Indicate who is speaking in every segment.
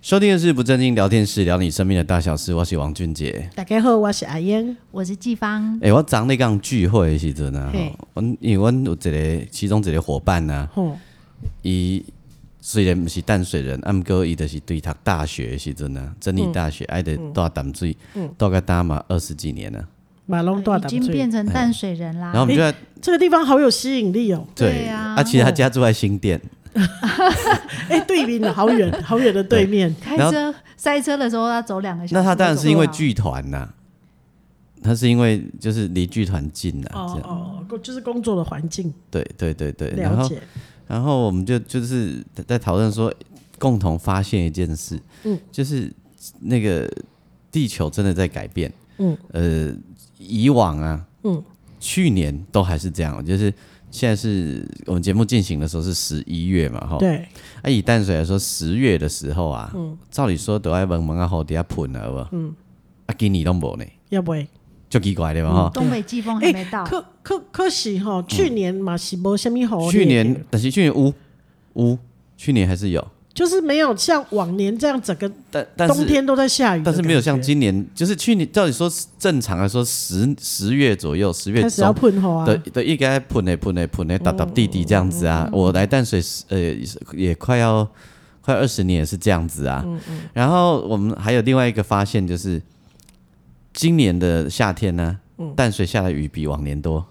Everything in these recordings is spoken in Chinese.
Speaker 1: 收听的是不正经聊天室，聊你生命的大小事。我是王俊杰。
Speaker 2: 大家好，我是阿燕。
Speaker 3: 我是季芳，
Speaker 1: 诶、我昨那刚聚会的时阵啊
Speaker 2: 嘿，
Speaker 1: 阮因为阮有一个其中一个伙伴啊，
Speaker 2: 吼，
Speaker 1: 伊虽然毋是淡水人，啊毋过伊就是对读大学的时阵啊，真理大学
Speaker 2: 嗯
Speaker 1: 爱得住淡水，住个搭嘛二十几年了。
Speaker 2: 马龙大
Speaker 3: 已
Speaker 2: 胆哎
Speaker 3: 经
Speaker 2: 醉，
Speaker 3: 变成淡水人啦
Speaker 2: 啊
Speaker 1: 然后。我们就在
Speaker 2: 这个地方好有吸引力 哦。
Speaker 3: 对
Speaker 1: 对
Speaker 3: 啊
Speaker 1: 啊，其实他家住在新店，
Speaker 2: 嗯哎，对面好远，好远的对面。
Speaker 3: 开
Speaker 1: 然后
Speaker 3: 车塞车的时候要走两个小时，
Speaker 1: 那他当然是因为
Speaker 3: 那种
Speaker 1: 剧团呐，他是因为就是离剧团近呐，
Speaker 2: 哦
Speaker 1: 这样
Speaker 2: 哦，工就是工作的环境，
Speaker 1: 对对对对，然
Speaker 2: 了
Speaker 1: 后
Speaker 2: 解。
Speaker 1: 然后我们就就是在讨论说，共同发现一件事，
Speaker 2: 嗯
Speaker 1: 就是那个地球真的在改变，
Speaker 2: 嗯，
Speaker 1: 呃，以往啊，
Speaker 2: 嗯，
Speaker 1: 去年都还是这样，就是现在是我们节目进行的时候是十一月嘛，哈，，
Speaker 2: 对，嗯
Speaker 1: 啊，以淡水来说，十月的时候啊，照理说都要门门啊后底下喷了，好不好？嗯，啊，今年都无呢，
Speaker 2: 要不哎，
Speaker 1: 就奇怪对吧？
Speaker 2: 嗯
Speaker 1: 哈、
Speaker 3: 东北季风还没到，
Speaker 2: 可可可惜哈，去年嘛是无虾米好，
Speaker 1: 去年但是去年乌乌，去年还是有，
Speaker 2: 就是没有像往年这样整个
Speaker 1: 但但是
Speaker 2: 冬天都在下雨，
Speaker 1: 但是没有像今年，就是去年，照理说正常来说十十月左右，十月
Speaker 2: 开始要
Speaker 1: 中
Speaker 2: 喷火啊哦
Speaker 1: 的，的应该喷嘞喷嘞欸喷嘞，打打地地这样子啊。
Speaker 2: 嗯
Speaker 1: 我来淡水是呃也快要快二十年也是这样子
Speaker 2: 嗯
Speaker 1: 啊。然后我们还有另外一个发现就是，今年的夏天呢，
Speaker 2: 嗯
Speaker 1: 淡水下的雨比往年多。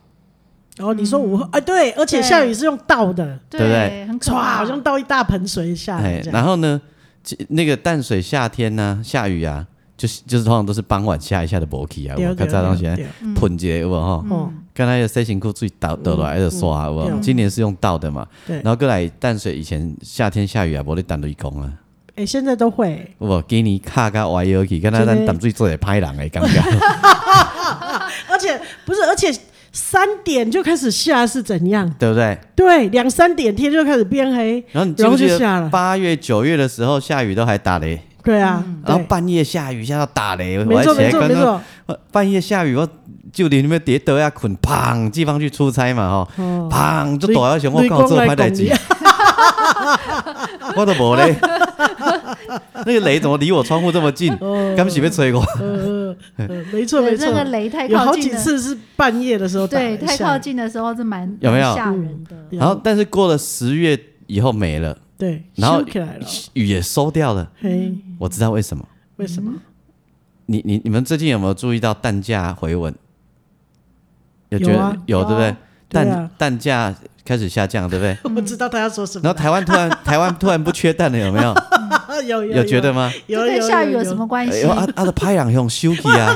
Speaker 2: 然后你说午后，哎，对，而且下雨是用倒的，
Speaker 1: 对不
Speaker 3: 对
Speaker 1: 对，
Speaker 3: 嗯很可
Speaker 2: 唰，
Speaker 3: 怕
Speaker 2: 好。像倒一大盆水下来
Speaker 1: 哎
Speaker 2: 这，样。
Speaker 1: 然后呢，其那个淡水夏天呢、下雨啊，就是就是通常都是傍晚下一下的薄气啊，
Speaker 2: 对
Speaker 1: 我看早上起来
Speaker 2: 对
Speaker 1: 喷一个有无吼？
Speaker 2: 哦，
Speaker 1: 刚才的塞辛裤最倒倒落来就刷，有
Speaker 2: 对
Speaker 1: 无？今年是用倒的嘛，
Speaker 2: 对
Speaker 1: 然，后过来淡水以前夏天下雨啊，无咧淡水讲啊，
Speaker 2: 哎，现在都会，
Speaker 1: 有无？今年卡甲歪腰去，敢若咱淡水做会歹人的感 觉，
Speaker 2: 而且不是，而且三点就开始下是怎样？
Speaker 1: 对不对？
Speaker 2: 对，两三点天就开始变黑，
Speaker 1: 然后你记不记
Speaker 2: 然后就下了
Speaker 1: 得八月九月的时候下雨都还打雷，
Speaker 2: 对啊，
Speaker 3: 嗯
Speaker 1: 然后
Speaker 2: 对
Speaker 1: 半夜下雨下到打雷，我
Speaker 2: 没
Speaker 1: 还
Speaker 2: 错
Speaker 1: 起
Speaker 2: 没
Speaker 1: 来
Speaker 2: 错
Speaker 1: 刚
Speaker 2: 没
Speaker 1: 刚
Speaker 2: 错，
Speaker 1: 半夜下雨我。就里面跌倒啊，捆砰，地方去出差嘛吼，砰就倒啊，想我
Speaker 2: 哦雷
Speaker 1: 搞做
Speaker 2: 雷公
Speaker 1: 歹代志
Speaker 2: 来，
Speaker 1: 我都无咧。那个雷怎么离我窗户这么近？
Speaker 2: 哦
Speaker 1: 敢是被吹过？
Speaker 2: 呃，呃呃没错没
Speaker 3: 对，这
Speaker 2: 错
Speaker 3: 个，雷太
Speaker 2: 有好
Speaker 3: 靠
Speaker 2: 几
Speaker 3: 近了，
Speaker 2: 次是半夜的时候打
Speaker 3: 对，
Speaker 2: 雷
Speaker 3: 太
Speaker 2: 下
Speaker 3: 靠
Speaker 2: 来，
Speaker 3: 近的时候是蛮
Speaker 1: 有没有
Speaker 3: 蛮吓人的。
Speaker 2: 对
Speaker 1: 然后，但是过了十月以后没了，
Speaker 2: 对，
Speaker 1: 然后
Speaker 2: 修起来了，
Speaker 1: 雨也收掉了。
Speaker 2: 嘿，
Speaker 3: 嗯
Speaker 1: 我知道为什么。
Speaker 2: 为什么？
Speaker 1: 你你你们最近有没有注意到蛋价回稳？有觉得
Speaker 2: 有啊
Speaker 1: 有对不对？
Speaker 2: 对
Speaker 1: 蛋、
Speaker 2: 啊
Speaker 1: 蛋价开始下降，对不对？
Speaker 2: 我知道他要说什么
Speaker 1: 然后台 湾突然台湾突然不缺蛋了，有没有？
Speaker 2: 了， 有有
Speaker 1: 有觉得吗？
Speaker 2: 有
Speaker 3: 这
Speaker 2: 有
Speaker 3: 跟下雨有什？么哦关
Speaker 1: 哎
Speaker 3: 系
Speaker 1: 呦？啊啊！的拍两用休息 啊，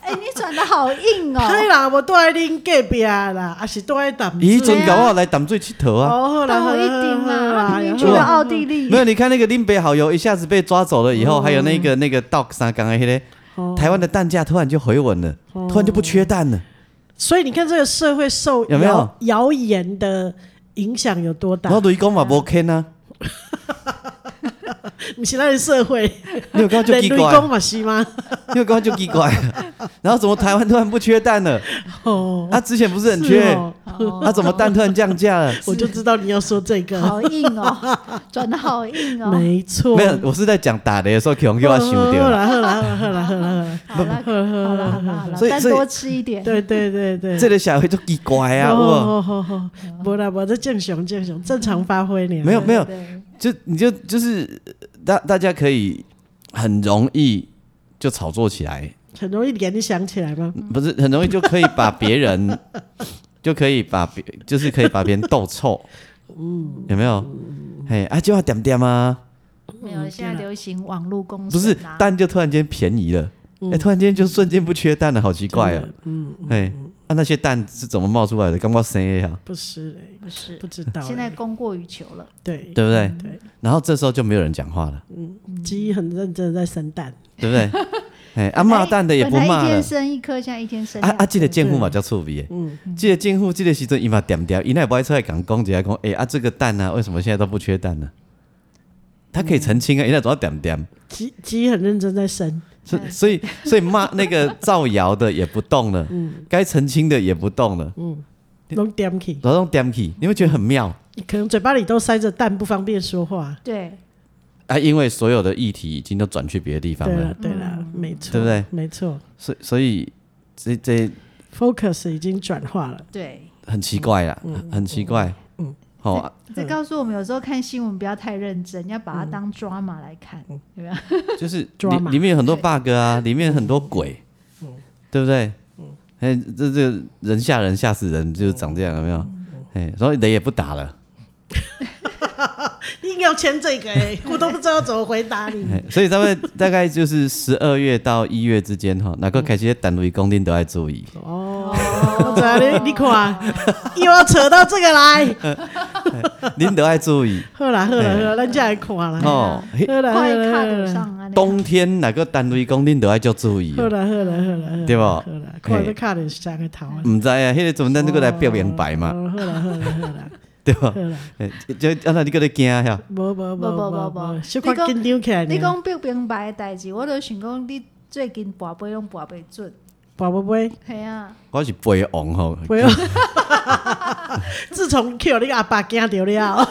Speaker 3: 哎，你转的好硬哦，
Speaker 2: 对啦，我都爱拎隔壁啦，啊还是都爱打。
Speaker 1: 咦，准搞我来淡水佚佗啊！
Speaker 2: 哦，好啦
Speaker 3: 但
Speaker 2: 好
Speaker 3: 我一
Speaker 2: 啦
Speaker 3: 定
Speaker 2: 好啦
Speaker 3: 啦，
Speaker 2: 好啦
Speaker 3: 你去了奥地利
Speaker 1: 没，有，你看那个林北好友一下子被抓走了以后，还有那
Speaker 2: 哦
Speaker 1: 个那个 dog 三刚刚那个台湾的蛋价突然就回稳了，
Speaker 2: 哦
Speaker 1: 突然就不缺蛋了。
Speaker 2: 所以你看这个社会受
Speaker 1: 有没有
Speaker 2: 谣谣言的影响有多大
Speaker 1: 然后？雷公嘛无坑啊，
Speaker 2: 你现在的社会，
Speaker 1: 你有感觉
Speaker 2: 人
Speaker 1: 奇
Speaker 2: 类
Speaker 1: 怪？
Speaker 2: 公嘛是 吗？
Speaker 1: 因为刚刚就奇怪，然后怎么台湾突然不缺蛋了？
Speaker 2: 哦，
Speaker 1: 啊，之前不是很
Speaker 2: 是
Speaker 1: 缺，
Speaker 2: 哦，
Speaker 1: 啊，怎么蛋突然降价了？
Speaker 2: 我就知道你要说这个，
Speaker 3: 好硬 哦，转的好硬哦。
Speaker 2: 没错，哦
Speaker 1: 没有，我是在讲打雷的时候，可能给我想
Speaker 2: 好
Speaker 1: 掉。
Speaker 2: 啦好啦好啦好啦好啦好啦，
Speaker 3: 好了，好了，好了，好了，
Speaker 1: 所以
Speaker 3: 但
Speaker 1: 所以
Speaker 3: 多吃一点。
Speaker 2: 对对对对，
Speaker 1: 这个小孩就奇怪啊，我
Speaker 2: 哦哦哦，不啦不，这正常正常，正常发挥啊呢。
Speaker 1: 没有没有，
Speaker 3: 对，
Speaker 1: 就你就就是呃大大家可以很容易就炒作起来，
Speaker 2: 很容易联想起来吗？
Speaker 1: 不是很容易就可以把别 人就可以把别就是可以把别人斗臭， 有没有？嘿，啊，就要点点啊。
Speaker 3: 没有，现在流行网络公司
Speaker 1: 嗯不是蛋就突然间便宜了，哎、突然间就瞬间不缺蛋了，好奇怪啊！嗯，哎，啊，那些蛋是怎么冒出来的？刚刚谁呀？
Speaker 2: 不是哎、
Speaker 3: 不是
Speaker 2: 不，知道欸、
Speaker 3: 现在供过于求了，
Speaker 2: 对
Speaker 1: 对不对？
Speaker 2: 对，
Speaker 1: 然后这时候就没有人讲话了，
Speaker 2: 鸡很认真的在生蛋，
Speaker 1: 对不 对？哎，啊骂蛋的也不
Speaker 3: 本来
Speaker 1: 骂
Speaker 3: 一
Speaker 1: 了
Speaker 3: 天。生一颗，现在一天生
Speaker 1: 啊嗯
Speaker 3: 两
Speaker 1: 啊！这个
Speaker 3: 颗
Speaker 1: 贱妇嘛叫趣味的，这个贱妇这个时阵伊嘛点点，伊那也不爱出来讲讲一下讲，哎啊这个蛋啊，为什么现在都不缺蛋呢？他可以澄清啊，伊那总要点点，
Speaker 2: 鸡鸡很认真在生，
Speaker 1: 所以所以所以骂那个造谣的也不动 了，该澄清的也不动了，
Speaker 2: 拢点起，
Speaker 1: 然后点起，你会觉得很妙
Speaker 2: 可能嘴巴里都塞着蛋，不方便说话。
Speaker 3: 对，
Speaker 1: 啊，因为所有的议题已经都转去别的地方
Speaker 2: 对
Speaker 1: 了
Speaker 2: 了，，对了，没错，
Speaker 1: 对不对？
Speaker 2: 没错
Speaker 1: 所以所以这这
Speaker 2: ，focus 已经转化了。
Speaker 3: 对，
Speaker 1: 很奇怪啦，很奇怪，嗯，嗯好啊，
Speaker 3: 这告诉我们有时候看新闻不要太认真，要把它当 drama 来看，
Speaker 1: 嗯
Speaker 3: 有没有？
Speaker 1: 就是里
Speaker 2: Drama 嗯
Speaker 1: 里面有很多 bug 啊，里面很多鬼，对不对？哎，这这个人吓人吓死人，就是长这样，有没有？
Speaker 2: 嗯
Speaker 1: 哎，所以雷也不打了，
Speaker 2: 硬要签这 个、欸，我都不知道怎么回答 你。
Speaker 1: 哎所以他 们大概就是十二月到一月之间哈，哪个开始单位工定都要注意，
Speaker 2: 嗯哦我知道你你看，又要扯到这个来，
Speaker 1: 您都要注 意
Speaker 2: 好啦好啦好啦，咱再来看啦，
Speaker 1: 哦。嘿
Speaker 2: 好啦好
Speaker 3: 快
Speaker 2: 啦
Speaker 3: 卡
Speaker 2: 好
Speaker 3: 得
Speaker 2: 啦，
Speaker 3: 上啊，那
Speaker 1: 冬天哪个单位工定都要就注意
Speaker 2: 好
Speaker 1: 哦，
Speaker 2: 啦好啦好啦，
Speaker 1: 对哎
Speaker 2: 好
Speaker 1: 吧？
Speaker 2: 啦，看这卡的是三个头啊，
Speaker 1: 唔知啊，迄个阵咱这个来表明白嘛，
Speaker 2: 哦好啦好啦好啦，
Speaker 1: 对吧
Speaker 2: 好？啦，
Speaker 1: 哎就啊那你个咧惊呀？
Speaker 2: 无无无
Speaker 3: 无无
Speaker 2: 无
Speaker 3: 无
Speaker 2: 无，小可紧张起来
Speaker 3: 你
Speaker 2: 呢，
Speaker 3: 讲不明白的代志，我都想讲你最近跋杯拢跋袂准，
Speaker 2: 宝宝妹，
Speaker 3: 系 啊，
Speaker 1: 我是背王吼，
Speaker 2: 不 要，自从 Q 你阿爸惊着了，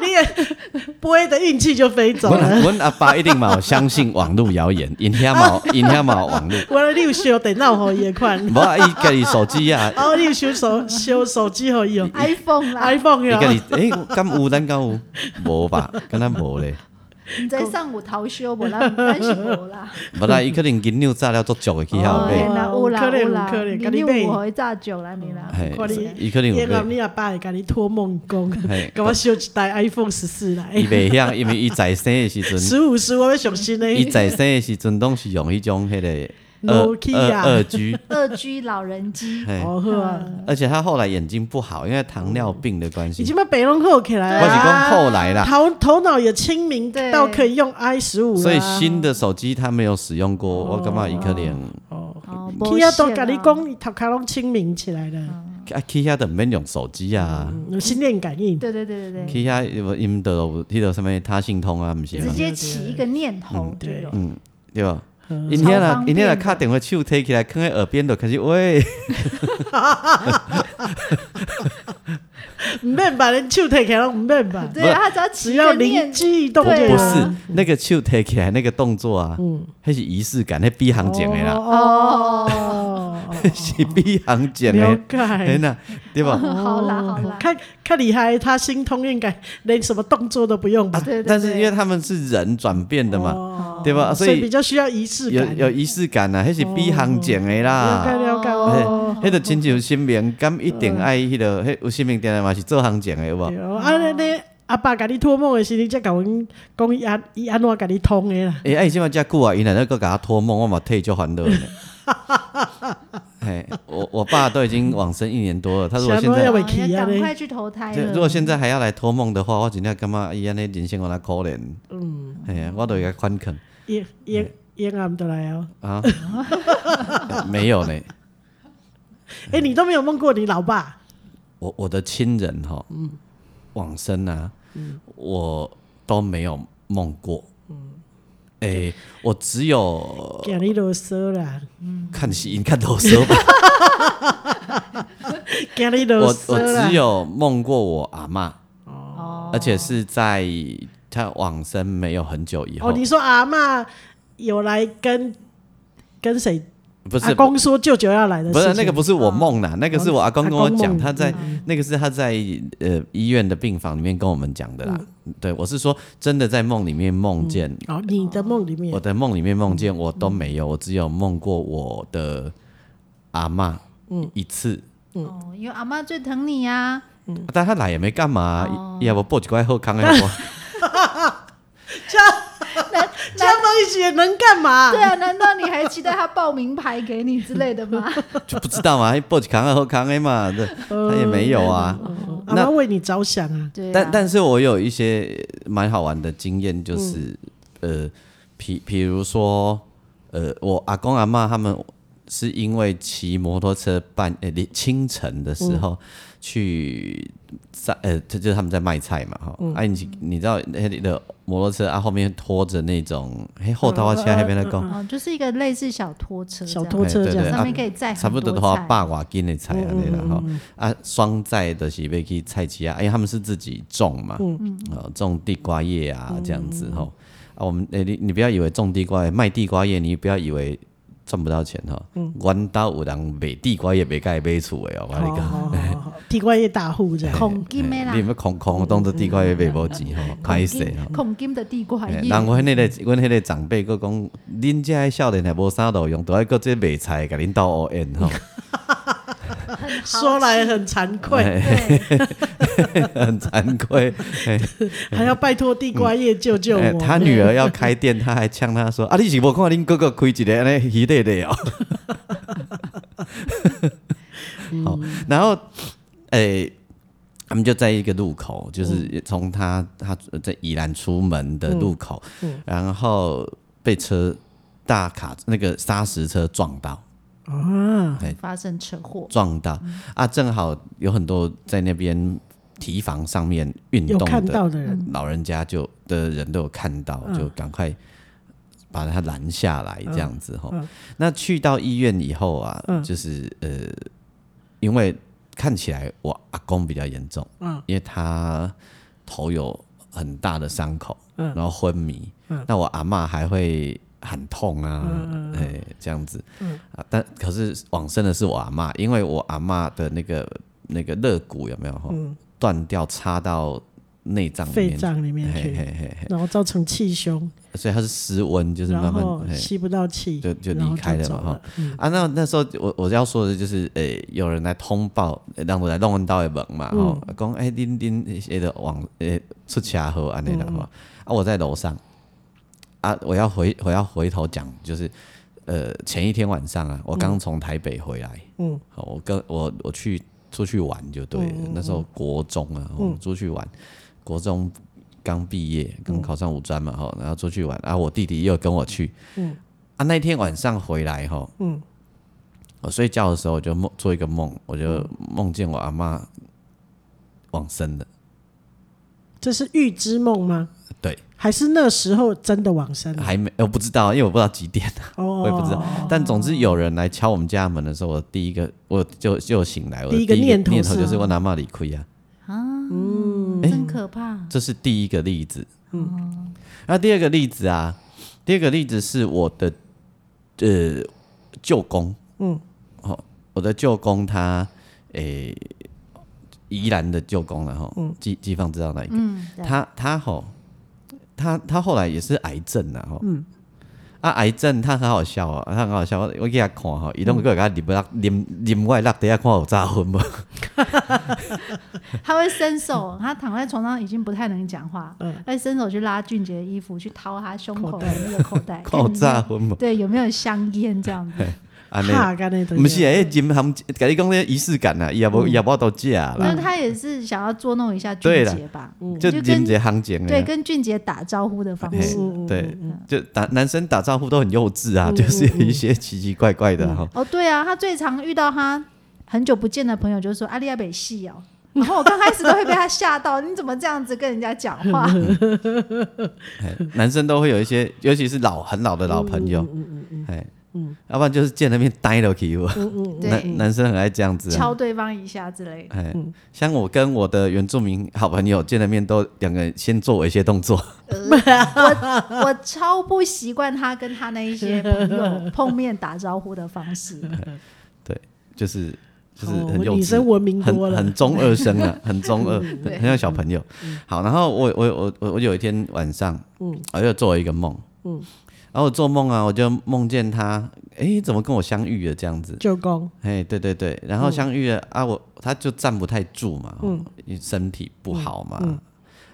Speaker 2: 你的杯的运气就飞走了。
Speaker 1: 阮阮阿爸一定嘛有相信网络 谣言，因遐嘛有因遐嘛有网络，
Speaker 2: 我来，你有小电脑互伊的款，
Speaker 1: 无啊伊家己手机 啊，
Speaker 2: 哦，你有小手小手机互伊 哦
Speaker 3: iPhone 啦，
Speaker 2: ，iPhone
Speaker 1: 伊
Speaker 2: 哦
Speaker 1: 家己诶，敢有咱敢有无吧？敢若无咧，
Speaker 3: 毋知上有头烧无啦，咱是无 啦，
Speaker 1: 无啦，伊可能金牛炸了足足的去遐
Speaker 2: 哦
Speaker 1: 买，
Speaker 3: 啦有啦
Speaker 2: 可能
Speaker 3: 有啦
Speaker 2: 有可，能
Speaker 3: 你
Speaker 2: 跟你
Speaker 3: 有
Speaker 2: 买
Speaker 3: 五回炸酒啦你啦，
Speaker 1: 嗯嘿
Speaker 2: 看你，
Speaker 1: 伊可能
Speaker 2: 因为
Speaker 1: 有买，
Speaker 2: 你阿爸会甲你托梦讲
Speaker 1: 嘿，
Speaker 2: 甲我收一台 iPhone 十四来，
Speaker 1: 伊袂晓，因为伊在生的时 阵，
Speaker 2: 十五十我要上新的。
Speaker 1: 伊在生的时阵拢是用迄种迄个二
Speaker 2: Nokia
Speaker 1: 二二 G，
Speaker 3: 二居老人 机，
Speaker 1: 嘿，
Speaker 2: 啊哦好啊，
Speaker 1: 而且他后来眼睛不好，因为糖尿病的关
Speaker 2: 已
Speaker 1: 系，
Speaker 2: 经啊把北龙后起
Speaker 1: 我
Speaker 2: 来
Speaker 1: 是讲
Speaker 2: 啦，
Speaker 1: 后来啦，
Speaker 2: 头头脑也清明
Speaker 3: 对
Speaker 2: 到可以用 i 十五啊
Speaker 1: 所以
Speaker 2: 啦。
Speaker 1: 新的手机他没有使用过，我感觉伊可能。
Speaker 3: 哦，
Speaker 2: 去啊都
Speaker 3: 没
Speaker 2: 甲你
Speaker 3: 啦
Speaker 2: 讲，头壳拢清明起来了，
Speaker 3: 嗯
Speaker 1: 啊，去遐就毋免用手机啊，
Speaker 2: 有心电感应。
Speaker 3: 对对对对对，
Speaker 1: 去遐有因着有迄个什物他信通啊，毋是
Speaker 3: 直
Speaker 1: 嘛？
Speaker 3: 接起一个念头
Speaker 2: 嗯
Speaker 3: 就有，
Speaker 1: 对吧？因遐
Speaker 3: 超
Speaker 1: 啦
Speaker 3: 方，
Speaker 1: 因
Speaker 3: 便
Speaker 1: 遐
Speaker 3: 的
Speaker 1: 啦，敲电话手摕起来，放喺耳边就开始喂，
Speaker 2: 唔免吧，恁手摕起来拢唔免吧，
Speaker 3: 对啊，他
Speaker 2: 只
Speaker 3: 只要起一
Speaker 2: 要
Speaker 3: 个
Speaker 2: 灵
Speaker 3: 念，
Speaker 2: 机一动就有
Speaker 3: 对
Speaker 1: 不
Speaker 3: 啊
Speaker 1: 是那个手摕起来那个动作啊，
Speaker 2: 嗯
Speaker 1: 迄是仪式感，迄比行情的
Speaker 3: 哦
Speaker 1: 啦，
Speaker 2: 哦，
Speaker 1: 是比行情
Speaker 2: 了
Speaker 1: 的，
Speaker 2: 解
Speaker 1: 哎。呐，对 吧？
Speaker 3: 好啦好啦，
Speaker 2: 看看厉害，他心通应该连什么动作都不用吧？
Speaker 3: 对对对，
Speaker 1: 啊但是因为他们是人转变的嘛，
Speaker 2: 哦
Speaker 1: 对啊吧？所
Speaker 2: 所以比
Speaker 1: 以
Speaker 2: 较需要仪式
Speaker 1: 有
Speaker 2: 感。
Speaker 1: 有仪式感啊，迄是比行情的
Speaker 2: 了解
Speaker 1: 啦。
Speaker 2: 了解
Speaker 1: 嘿
Speaker 2: 哦。
Speaker 1: 迄个亲像新明，咁一定爱迄个，迄有新明定来嘛是做行情的有无
Speaker 2: 对？哦啊，那那阿爸甲你托梦的时候，你才甲阮讲伊安伊安怎甲你通的啦。
Speaker 1: 诶、欸，啊，伊即摆遮久啊，伊若那个甲我托梦，我嘛替伊足烦恼的呢。 嘿，我我爸都已经往生一年多了，他如果现
Speaker 2: 想说要
Speaker 1: 在
Speaker 2: 不
Speaker 3: 哦
Speaker 2: 会起啊
Speaker 3: 要赶
Speaker 2: 嘞
Speaker 3: 快去投胎
Speaker 1: 就
Speaker 3: 了，
Speaker 1: 如果现在还要来托梦的话，我真正感觉伊安尼人生我那可怜。嗯，嘿，我都会甲宽肯
Speaker 2: 伊伊
Speaker 1: 嗯
Speaker 2: 伊暗都来哦。
Speaker 1: 啊，欸没有呢。嗯
Speaker 2: 哎，你都没有梦过你老爸？
Speaker 1: 我我的亲人哈，往生啊，我都没有梦过。嗯，诶、我只有
Speaker 2: 给你啰嗦啦，
Speaker 1: 看戏，看到时候吧。
Speaker 2: 给你啰
Speaker 1: 我
Speaker 2: 嗦
Speaker 1: 我
Speaker 2: 啦。哦
Speaker 1: 只有梦过我阿妈，而且是在她往生没有很久以后，
Speaker 2: 哦，你说阿嬷有来跟跟谁？
Speaker 1: 不是
Speaker 2: 阿公说舅舅要来的
Speaker 1: 不
Speaker 2: 事情，哦
Speaker 1: 是那个不是我梦啦，那个是我阿公跟我
Speaker 2: 阿公
Speaker 1: 讲，
Speaker 2: 梦嗯
Speaker 1: 他在那个是他在呃医院的病房里面跟我们讲的啦。
Speaker 2: 嗯
Speaker 1: 对，我是说真的在梦里面梦见，
Speaker 2: 哦，你的梦里面
Speaker 1: 我的梦里面梦见我都没有，我只有梦过我的阿妈
Speaker 2: 嗯
Speaker 1: 一次，
Speaker 3: 哦，因为阿妈最疼你啊 呀，
Speaker 2: 嗯
Speaker 1: 但他来也
Speaker 2: 哦
Speaker 1: 没干嘛，要不报几块后康要不？
Speaker 2: 加到一起也能干嘛？
Speaker 3: 对啊，难道你还期待他报名牌给你之类 的吗？
Speaker 1: 就不知道嘛，还报扛二后扛 A 嘛，对，他也没有啊。
Speaker 2: 嗯阿
Speaker 1: 那
Speaker 2: 妈为你着想啊，
Speaker 3: 对啊，
Speaker 1: 但但是我有一些呃蛮好玩的经验，就是、呃，比比如说呃，我阿公阿妈他们是因为骑摩托车半呃凌清晨的时候、去在呃，这就是他们在卖菜嘛哈。哎、你你知道那里的摩托车啊，后面拖着那种嘿后头啊，车那边的讲。
Speaker 3: 哦，就是一个类似小拖车这
Speaker 2: 小
Speaker 3: 样，
Speaker 2: 拖车这
Speaker 1: 哎对对
Speaker 2: 样，
Speaker 3: 上面可以载
Speaker 1: 差
Speaker 3: 很
Speaker 1: 不多
Speaker 3: 多
Speaker 1: 的话，
Speaker 3: 菜
Speaker 1: 百外斤的菜啊，对啦吼。啊，双载的是要去菜市啊，因为他们是自己种嘛，哦，种地瓜叶啊这样子吼。啊，我们诶，你你不要以为种地瓜叶卖地瓜叶，你不要以为赚不到钱吼。阮兜有人卖地瓜叶，卖甲伊买厝的哦，我跟你讲。
Speaker 2: 好好好，地哦瓜叶大户这
Speaker 1: 哎
Speaker 2: 样，
Speaker 3: 孔金的啦
Speaker 1: 你 有，没有空空当做地瓜叶卖无钱吼？
Speaker 3: 孔
Speaker 1: 歹势
Speaker 3: 金
Speaker 1: 吼。
Speaker 3: 孔金的地瓜
Speaker 1: 嘿
Speaker 3: 叶，
Speaker 1: 人阮迄个阮迄个长辈佫讲，恁遮的少年也无啥路用，都爱佫这卖菜，甲恁兜乌烟吼。
Speaker 2: 说来很惭愧，
Speaker 1: 哎
Speaker 3: 对，
Speaker 1: 很惭愧。
Speaker 2: 还要拜托地瓜叶救救
Speaker 1: 哎
Speaker 2: 我。
Speaker 1: 他女儿要开店，他还呛他说：“啊，你是无看恁哥哥开一个安尼鱼类的哦。”
Speaker 2: 嗯
Speaker 1: 好，然后，诶、他们就在一个路口，就是从他他在宜兰出门的路口，
Speaker 2: 嗯
Speaker 1: 然后被车大卡那个砂石车撞到，
Speaker 3: 发生车祸，
Speaker 1: 撞到啊，正好有很多在那边提防上面运
Speaker 2: 有
Speaker 1: 动
Speaker 2: 看
Speaker 1: 的
Speaker 2: 到的人，
Speaker 1: 老人家就的人都有看到，就赶快把他拦下来，这样子吼。那去到医院以后啊，就是呃，因为看起来我阿公比较严重，因为他头有很大的伤口，
Speaker 2: 嗯
Speaker 1: 然后昏迷，那我阿嬷还会。喊痛啊，
Speaker 2: 嗯
Speaker 1: 哎、这样子，啊，但可是往生的是我阿嬷，因为我阿嬷的那个那个肋骨有没有吼断、掉，插到内脏里
Speaker 2: 嗯肺
Speaker 1: 面去
Speaker 2: 脏里面
Speaker 1: 嘿
Speaker 2: 去，
Speaker 1: 嘿嘿嘿，
Speaker 2: 然后造成气胸，
Speaker 1: 所以它是失温，就是
Speaker 2: 然
Speaker 1: 慢慢
Speaker 2: 后
Speaker 1: 嘿
Speaker 2: 吸不到气，
Speaker 1: 就就
Speaker 2: 然后
Speaker 1: 离开了
Speaker 2: 走
Speaker 1: 嘛哈
Speaker 2: 了。。嗯
Speaker 1: 啊，那那时候我我要说的就是，诶、有人来通报，呃让我来弄阮兜的门嘛吼，讲诶，恁恁迄个往诶、出车祸安尼啦吼。啊，我在楼上，啊，我要回我要回头讲，就是呃前一天晚上啊，我刚从台北回来，嗯，好，我跟我我去出去玩就对了，那时候国中啊，我出去玩，国中刚毕业，刚考上五专嘛吼，然后出去玩，啊，我弟弟又跟我去，啊，那一天晚上回来哈，嗯，我睡觉的时候我就梦做一个梦，我就梦见我阿妈往生了，
Speaker 2: 这是预知梦吗？
Speaker 1: 对，
Speaker 2: 还是那时候真的往生？
Speaker 1: 还没，我呃不知道，因为我不知道几点，啊
Speaker 2: 哦，
Speaker 1: 我也不知道。但总之有人来敲我们家门的时候，我第一个我就就醒来，我的
Speaker 2: 第一个念头
Speaker 1: 念头
Speaker 2: 是
Speaker 1: 就是我阿妈理亏啊，
Speaker 2: 嗯
Speaker 3: 嗯真可怕，
Speaker 1: 这是第一个例子。嗯，那第二个例子啊，第二个例子是我的呃舅公，嗯，哦，我的舅公他诶、宜兰的舅公然后，
Speaker 2: 嗯
Speaker 1: 季季放知道哪一个？
Speaker 3: 嗯，对
Speaker 1: 他他吼，他他后来也是癌症啊吼，
Speaker 3: 嗯
Speaker 1: 啊癌症他很好笑哦，他很好笑，我我给他看吼，伊
Speaker 3: 嗯
Speaker 1: 拢个甲啉落啉啉我落底下啊看有炸昏无？
Speaker 3: 他会伸手，他躺在床上已经不太能讲话，他会伸手去拉俊杰的衣服，去掏他胸嗯口的那 个口袋，
Speaker 1: 看有炸昏无？
Speaker 3: 对有没有香烟这样子，
Speaker 1: 安尼。
Speaker 2: 哈，干那东西啊
Speaker 1: 毋是诶，迄金含，甲你讲迄仪式感啊，伊也无
Speaker 3: 嗯
Speaker 1: 伊也无度食
Speaker 3: 那
Speaker 1: 啦，
Speaker 3: 他也是想要捉弄一下
Speaker 1: 对
Speaker 3: 俊
Speaker 1: 啦
Speaker 3: 杰吧，
Speaker 1: 就
Speaker 3: 嗯就
Speaker 1: 啉
Speaker 3: 跟
Speaker 1: 一个行情
Speaker 3: 对嗯
Speaker 1: 诶。
Speaker 3: 跟俊杰打招呼的方式。
Speaker 1: 嘿对，就打男生打招呼都很幼稚
Speaker 3: 嗯
Speaker 1: 啊，就是有一些奇奇怪怪的哈。
Speaker 3: 哦，对啊，他最常遇到他很久不见的朋友，就说阿丽亚北戏哦。然后我刚开始都会被他吓到，你怎么这样子跟人家讲话？
Speaker 1: 哎男生都会有一些，尤其是老很老的老朋友，哎，要不然就是见了面呆了去，男
Speaker 3: 嗯对，
Speaker 1: 男生很爱这样子啊。
Speaker 3: 敲对方一下之类的。
Speaker 1: 哎，像我跟我的原住民好朋友见了面，都两个人先做一些动作，
Speaker 3: 我我超不习惯他跟他那一些朋友碰面打招呼的方式。
Speaker 1: 就是就是
Speaker 2: 哦
Speaker 1: 很幼
Speaker 2: 女
Speaker 1: 稚
Speaker 2: 生。文明多
Speaker 1: 很
Speaker 2: 了
Speaker 1: 很，中二生啊，很中二，
Speaker 3: 对
Speaker 1: 很像小朋友。好，然后我我我我我有一天晚上，嗯，我又做了一个梦，嗯，然后我做梦啊，我就梦见他，诶，怎么跟我相遇了这样子？
Speaker 2: 舅公
Speaker 1: 哎，对对对，然嗯后相遇了、啊，我他就站不太住嘛，哦身体不好嘛，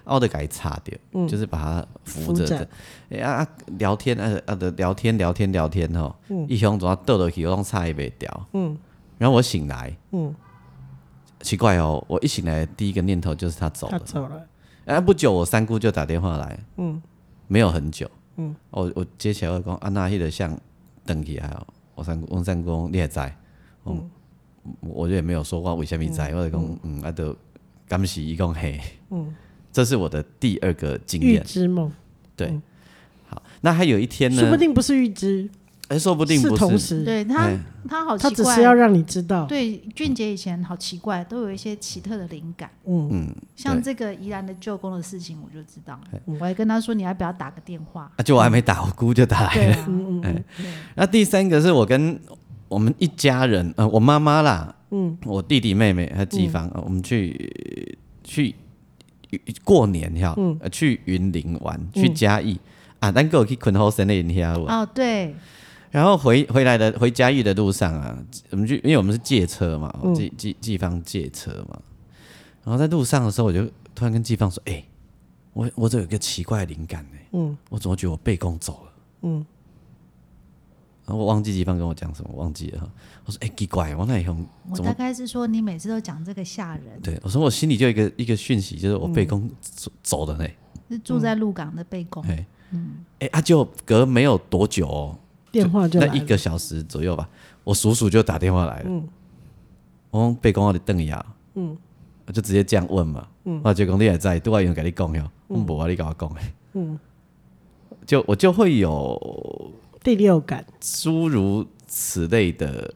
Speaker 1: 啊我就给它插掉，就是把它嗯扶着
Speaker 2: 扶着
Speaker 1: 的。哎、啊啊，聊天啊啊的聊天聊天聊天吼，一向怎啊倒落去，我拢插伊袂掉。嗯，然后我醒来，嗯，奇怪哦，我一醒来第一个念头就是他走
Speaker 2: 他
Speaker 1: 了。
Speaker 2: 走了，
Speaker 1: 啊，不久我三姑就打电话来，嗯，没有很久，嗯，我我接起来我讲啊，那迄个像等起来哦，我三姑我三姑讲你也知，嗯，我就也没有说话为什么在，我就讲嗯啊都感是伊讲嘿，嗯，这是我的第二个经
Speaker 2: 预
Speaker 1: 验，
Speaker 2: 知梦，
Speaker 1: 对，好，那还有一天呢
Speaker 2: 说，不定不是预知，
Speaker 1: 哎，说不定
Speaker 2: 是
Speaker 1: 不
Speaker 2: 同
Speaker 1: 是，
Speaker 2: 时，
Speaker 3: 对他
Speaker 1: 哎
Speaker 3: 他好
Speaker 2: 他
Speaker 3: 奇
Speaker 2: 只是要
Speaker 3: 怪。
Speaker 2: 让你知道，
Speaker 3: 对，俊杰以前好奇怪，都有一些奇特的灵感。
Speaker 2: 嗯
Speaker 3: 嗯，像
Speaker 1: 对哎
Speaker 3: 这个宜兰的舅公的事情，我就知道了。我还跟他说，你要不要打个电 话？
Speaker 1: 啊，就我还没打，我姑就打来
Speaker 3: 对。
Speaker 1: 了
Speaker 3: 啊，
Speaker 2: 嗯
Speaker 1: 那第三个是我跟我们一家人，呃，我妈妈啦，嗯，我弟弟妹妹和季芳、呃我们去去过年哈、呃去云林玩，去嘉义、啊，咱有去困后生的云遐玩，
Speaker 3: 哦，对，
Speaker 1: 然后回回来的回嘉义的路上啊，我们就因为我们是借车嘛，季季季芳借车嘛，然后在路上的时候，我就突然跟季芳说：“哎、我我这有一个奇怪的灵感呢、嗯，我怎么觉得我被攻走了？嗯，然后我忘记季芳跟我讲什么，忘记了哈。我说：哎、奇怪，我那以后
Speaker 3: 我
Speaker 1: 怎
Speaker 3: 大
Speaker 1: 么？
Speaker 3: 概是说你每次都讲这个吓人，
Speaker 1: 对，我说我心里就有一个一个讯息，就是我被攻走走的呢、
Speaker 3: 是
Speaker 2: 嗯
Speaker 3: 住在鹿港的被公。
Speaker 1: 哎、哎、啊，就隔没有多久、哦，
Speaker 2: 电话就来
Speaker 1: 那
Speaker 2: 了
Speaker 1: 一个小时左右吧，我叔叔就打电话来了，我讲被公我的邓牙，嗯，我就直接这样问嘛，嗯，我就讲你也在，对我用跟你讲哟，我无啊，你跟我讲的，嗯，就我就会有
Speaker 2: 第六感，
Speaker 1: 诸如此类的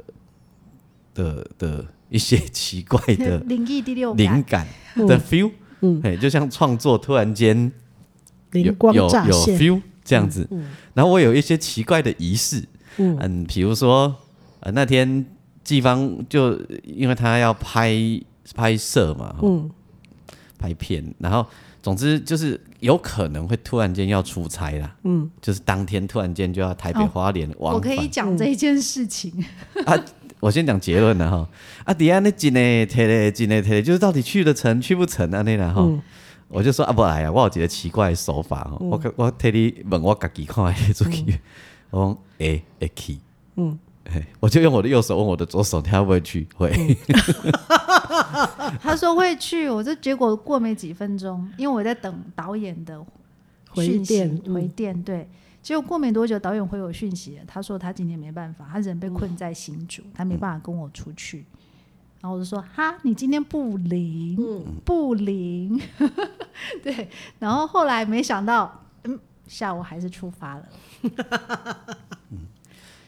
Speaker 1: 的的一些奇怪 的
Speaker 3: 灵异第六
Speaker 1: 灵
Speaker 3: 感，
Speaker 1: 感的 feel，嗯，哎，就像创作突然间有
Speaker 2: 灵光
Speaker 1: 有
Speaker 2: 乍
Speaker 1: 有
Speaker 2: 现，嗯
Speaker 1: feel 这样子。然后我有一些奇怪的仪式，嗯，比如说呃那天季芳就因为他要拍拍摄嘛，嗯，拍片，然后总之就是有可能会突然间要出差啦，嗯，就是当天突然间就要台北
Speaker 3: 哦
Speaker 1: 花莲往返。
Speaker 3: 我可以讲
Speaker 2: 嗯
Speaker 3: 这一件事情。
Speaker 1: 我先讲结论了哈。啊，底下那进嘞，提嘞，进嘞，提嘞，就是到底去得成，去不成啊？那啦哈。我就说啊，不来啊，我有一个奇怪的手法哦，我我替你问我家己看会出去，我讲会会去，嗯，嘿我就用我的右手问我的左手，他会不会去？会，
Speaker 3: 他说会去，我这结果过没几分钟，因为我在等导演的
Speaker 2: 回
Speaker 3: 讯息
Speaker 2: 电嗯
Speaker 3: 回电，对。结果过没多久，导演回我讯息了，他说他今天没办法，他人被困在新竹，他没办法跟我出去。然后我就说哈，你今天不灵，
Speaker 2: 嗯
Speaker 3: 不灵， 对。然后后来没想到，嗯，下午还是出发了。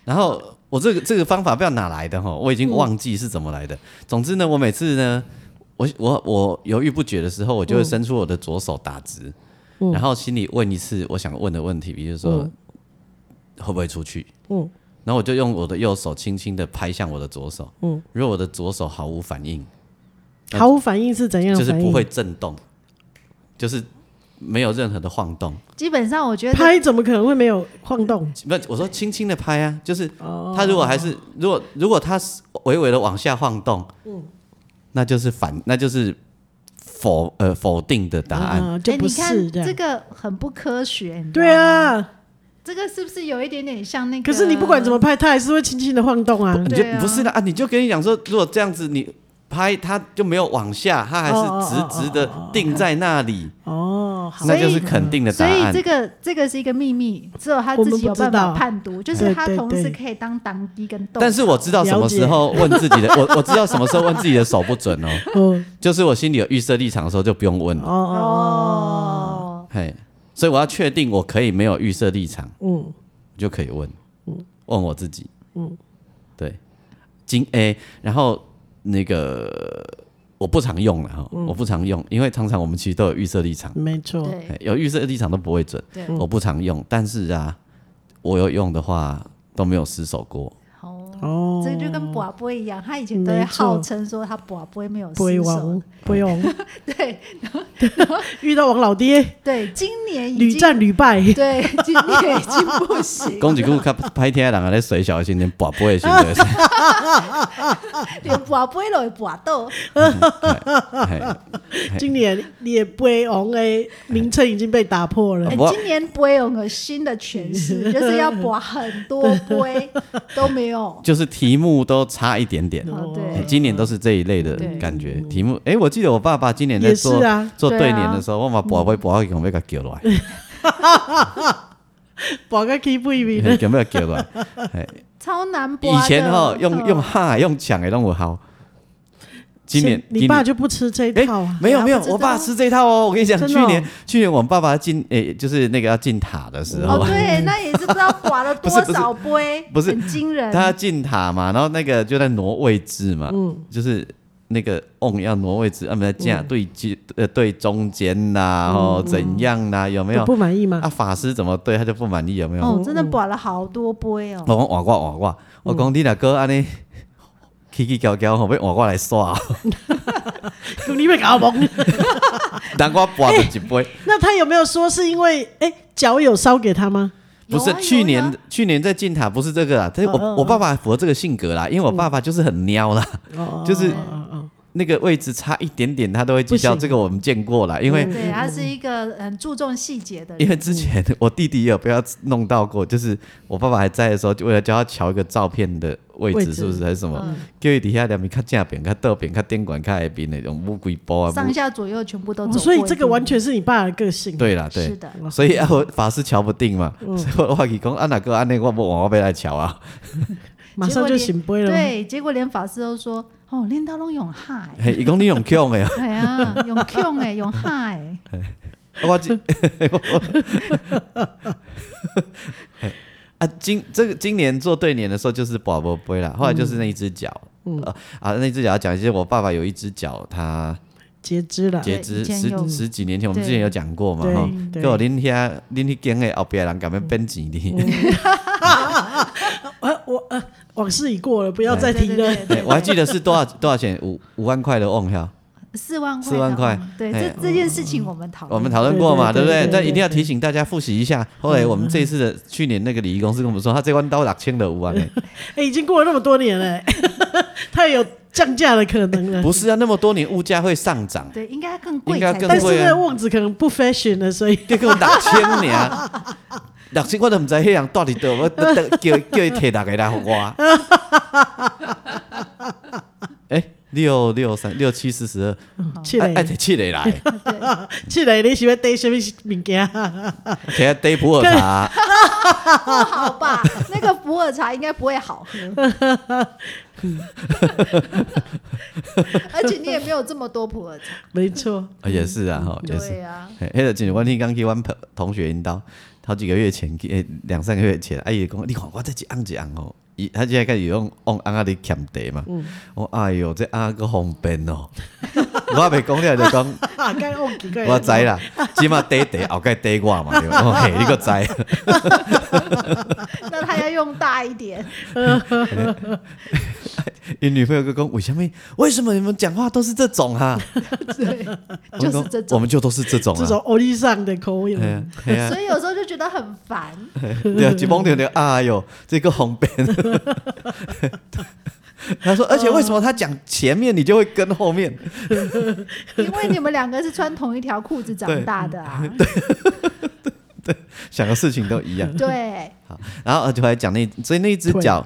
Speaker 1: 然后我这个这个方法不知道哪来的哈，我已
Speaker 2: 嗯
Speaker 1: 经忘记是怎么来的。总之呢，我每次呢，我我我犹豫不决的时候，我就会伸出我的左手打直，
Speaker 2: 嗯
Speaker 1: 然后心里问一次我想问的问题，比如说、会不会出去，
Speaker 2: 嗯
Speaker 1: 然后我就用我的右手轻轻的拍向我的左手，
Speaker 2: 嗯
Speaker 1: 如果我的左手毫无反应，
Speaker 2: 毫无反应是怎样
Speaker 1: 就
Speaker 2: 的
Speaker 1: 是
Speaker 2: 反
Speaker 1: 不会
Speaker 2: 应？
Speaker 1: 震动，就是没有任何的晃动。
Speaker 3: 基本上我觉得
Speaker 2: 拍怎么可能会没有晃动？
Speaker 1: 不，我说轻轻的拍啊，就是他如果还是如果如果他是微微的往下晃动，那就是反，那就是否呃否定的答案。
Speaker 2: 啊，
Speaker 3: 哎，
Speaker 2: 就不
Speaker 3: 你
Speaker 2: 是
Speaker 3: 看
Speaker 2: 这
Speaker 3: 这
Speaker 2: 样。
Speaker 3: 个很不科学，你知
Speaker 2: 对
Speaker 3: 道吗，
Speaker 2: 啊，
Speaker 3: 这个是不是有一点点像那个？
Speaker 2: 可是你不管怎么拍，它还是会轻轻的晃动啊。
Speaker 1: 你就、
Speaker 3: 对啊
Speaker 1: 不是的啊，你就跟你讲说，如果这样子你拍，它就没有往下，它还
Speaker 2: 哦哦
Speaker 1: 是直直的定在那里，
Speaker 2: 哦，好，
Speaker 1: 那就是肯定的答
Speaker 3: 所以
Speaker 1: 案
Speaker 3: 这。个这个是一个秘密，只有他自己有办法判读，就是他同时可以当当机跟动。
Speaker 1: 但是我知道什么时候问自己的，我我知道什么时候问自己的手不准哦，
Speaker 2: 哦
Speaker 1: 就是我心里有预设立场的时候就不用问
Speaker 2: 哦
Speaker 1: 了。
Speaker 2: 哦，
Speaker 3: 哦，
Speaker 1: 嘿，所以我要确定我可以没有预设立场，
Speaker 2: 嗯，
Speaker 1: 就可以问，问我自己，嗯，对，经诶、然后那个我不常用了哈，我不常用，因为常常我们其实都有预设立场，
Speaker 2: 没错，
Speaker 3: 对
Speaker 1: 嘿有预设立场都不会准，
Speaker 3: 对，
Speaker 1: 我不常用，但是啊，我有用的话都没有失手过，
Speaker 3: 哦，
Speaker 2: 哦，
Speaker 3: 这个就跟卜卜一样，他以前都会号称说他卜卜没有
Speaker 2: 不会
Speaker 3: 失手
Speaker 2: 忘，，不用，
Speaker 3: 对，
Speaker 2: 遇到王老爹，
Speaker 3: 对，今年已
Speaker 2: 屡
Speaker 3: 经
Speaker 2: 战屡败。
Speaker 3: 对， 今年已经不 行，
Speaker 1: 讲一句较歹听的人啊，咧水小心，连跋杯的时阵就是
Speaker 3: 连跋杯都会跋倒。
Speaker 1: 嘿，
Speaker 2: 今年列杯王的哎名称已经被打破了
Speaker 1: 哎
Speaker 3: 哎，
Speaker 1: 我
Speaker 3: 今年杯有个新的 诠释，就是要拔很多杯都没有。
Speaker 1: 就是题目都差一点点。
Speaker 3: 哦，
Speaker 1: 哎
Speaker 3: 对，
Speaker 1: 今年都是这一类的
Speaker 3: 对
Speaker 1: 感觉，题目。哎，我记得我爸爸今年在
Speaker 2: 也是
Speaker 1: 做
Speaker 2: 啊
Speaker 1: 做对
Speaker 3: 对啊
Speaker 1: 联的时候，我把跋杯跋到准备给叫落来，
Speaker 2: 保个 keep 不赢
Speaker 1: 嘿准备叫 落来。嘿
Speaker 3: 超难拔
Speaker 1: 以
Speaker 3: 的。
Speaker 1: 前哦，用
Speaker 3: 嗯
Speaker 1: 用哈用抢的让我好，今年
Speaker 2: 你
Speaker 1: 今
Speaker 2: 爸
Speaker 1: 年
Speaker 2: 就不吃这一
Speaker 1: 哎
Speaker 2: 套啊？
Speaker 1: 没有
Speaker 3: 啊
Speaker 1: 没有
Speaker 3: 不，知
Speaker 1: 我爸
Speaker 3: 道
Speaker 1: 吃这一套哦。我跟你讲，
Speaker 2: 真的
Speaker 1: 去
Speaker 2: 哦
Speaker 1: 年去年我们爸爸进诶，就是那个要进塔的时候
Speaker 3: 哦，，对，那也是不知道拔了
Speaker 1: 不是
Speaker 3: 多
Speaker 1: 不是
Speaker 3: 少杯，
Speaker 1: 不是
Speaker 3: 很惊人。
Speaker 1: 他进塔嘛，然后那个就在挪位置嘛，
Speaker 2: 嗯
Speaker 1: 就是那个 on 要挪位置，啊，不是这样对接呃对中间呐，哦怎样呐，有没
Speaker 2: 有
Speaker 1: 有？
Speaker 2: 嗯不满意吗？
Speaker 1: 啊，法师怎么对他就不满意，有没有？
Speaker 3: 哦，真的拔了好多杯哦。
Speaker 1: 我讲换我换我，我
Speaker 3: 嗯
Speaker 1: 讲你若哥安尼。起起交交吼，要换我来刷，
Speaker 2: 你被搞懵。
Speaker 1: 等我跋着一杯。
Speaker 2: 那他有没有说是因为哎脚有烧给他吗？
Speaker 1: 不是
Speaker 3: 有啊哦
Speaker 1: 去
Speaker 3: 有
Speaker 1: 年
Speaker 3: 啊，
Speaker 1: 去年在进塔不是这个啦，啊但是我、我爸爸符合这个性格啦，因为我
Speaker 3: 嗯
Speaker 1: 爸爸就是很喵啦，
Speaker 2: 哦，
Speaker 1: 就是
Speaker 2: 哦哦
Speaker 1: 那个位置差一点点他都会计较，
Speaker 2: 不行
Speaker 1: 这个我们见过啦，因为、
Speaker 3: 对，他是一个很注重细节的
Speaker 1: 因为
Speaker 3: 人。
Speaker 1: 之前我弟弟也有被他弄到过，就是我爸爸还在的时候，就为了教他瞧一个照片的位
Speaker 2: 位
Speaker 1: 置
Speaker 2: 置
Speaker 1: 是不是还是什么，叫伊底下两边看正边、看倒边、看电管、看下边那种乌龟包啊，
Speaker 3: 上
Speaker 1: 摸
Speaker 3: 下左右全部都
Speaker 2: 哦
Speaker 3: 走过一遍、
Speaker 2: 所以这个完全是你爸的个性。
Speaker 1: 对啦对
Speaker 3: 是，的，
Speaker 1: 所以啊我法师瞧不定嘛，所以我话伊讲啊哪个安尼我不往我要来瞧啊，
Speaker 2: 马上就醒杯了。，
Speaker 3: 对，结果连法师都说：“哦，练到拢用害，
Speaker 1: 嘿，伊讲你用强的啊。
Speaker 3: 哎呀，用 Q 哎，用 害，
Speaker 1: 啊 我今 啊，今这个今年做对联的时候就是宝宝杯啦，后来就是那一只脚，
Speaker 2: 嗯
Speaker 1: 呃啊，那只脚要讲一些，我爸爸有一只脚，他
Speaker 2: 截肢了。
Speaker 1: 截
Speaker 3: 对
Speaker 1: 肢
Speaker 3: 以前有
Speaker 1: 十十几年前，我们
Speaker 3: 对
Speaker 1: 之前有讲过嘛，
Speaker 2: 对
Speaker 1: 哈。
Speaker 2: 对
Speaker 1: 跟我恁遐恁迄间的后壁的人敢要变钱哩，
Speaker 2: 嗯啊，我啊，往事已过了，不要再提
Speaker 3: 对对
Speaker 2: 了。
Speaker 3: 对对
Speaker 1: 嘿我还记得是多少多少钱，五五万块的旺票，
Speaker 3: 四万块，哦
Speaker 1: 四万块
Speaker 3: 对，
Speaker 1: 哎
Speaker 3: 这这件事情我们讨论，
Speaker 1: 我们讨论过嘛，对
Speaker 2: 哦对
Speaker 1: 不
Speaker 2: 对
Speaker 1: 对
Speaker 2: 对？对
Speaker 1: 但一定要
Speaker 2: 对对嗯
Speaker 1: 提醒大家复习一下。后来我们这一次的去年那个礼仪公司跟我们说，他这关刀六千的五万呢，
Speaker 2: 哎，已经过了那么多年了， 他有降价的可能了。
Speaker 1: 不是啊，那么多年物价会上涨，
Speaker 3: 对，应该更贵
Speaker 1: 应该
Speaker 3: 才
Speaker 1: 更
Speaker 2: 但
Speaker 3: 对
Speaker 2: 是
Speaker 1: 贵啊
Speaker 2: 那个望子可能不 fashion 了，所以
Speaker 1: 结果六千年，六千我都唔知迄人到底倒，我等等叫叫伊摕大个来互我。诶、六六三六七四十
Speaker 3: 哦
Speaker 2: 去
Speaker 1: 二，爱爱
Speaker 2: 嘞
Speaker 1: 摕七个来，
Speaker 2: 去嘞，你喜欢带什么物件？
Speaker 1: 摕下底普洱茶，
Speaker 3: 不好吧？ 那个普洱茶应该不会好喝，而且你也没有这么多普洱茶，
Speaker 2: 没错，
Speaker 1: 啊也是啊，吼，也是
Speaker 3: 对。啊，
Speaker 1: 嘿迄个真有我天刚去阮朋同学因兜，好几个月前去，诶两三个月前，啊伊就讲，你看我这一红一红吼，伊他现在开始用用红啊咧欠地嘛，
Speaker 3: 嗯
Speaker 1: 我哎哟，这红个方便哦， 我还袂讲了就讲。
Speaker 2: 啊，该忘记该。
Speaker 1: 我知啦，即马短短后盖短我嘛，对吧？哦嘿，你个知，
Speaker 3: 那他要用大一 点，
Speaker 1: 你女朋友就讲为什么？为什么你们讲话都是这种哈、
Speaker 3: 对，
Speaker 1: 啊？
Speaker 3: 就
Speaker 1: 我
Speaker 3: 是
Speaker 1: 讲
Speaker 3: 这
Speaker 1: 我
Speaker 3: 种。
Speaker 1: 们就都是这种
Speaker 2: 这种
Speaker 1: 啊。
Speaker 2: 欧丽上的口音
Speaker 1: 哎，呀，哎呀
Speaker 3: 所，以有时候就觉得很烦，
Speaker 1: 对啊，一碰到就哎呦，这个红边。 他说，而且为什么他讲前面，你就会跟后面？
Speaker 3: 因为你们两个是穿同一条裤子长大的 啊，
Speaker 1: 想的事情都一样。
Speaker 3: 对，
Speaker 1: 好，然后呃就来讲那，所以那一只
Speaker 2: 腿
Speaker 1: 脚，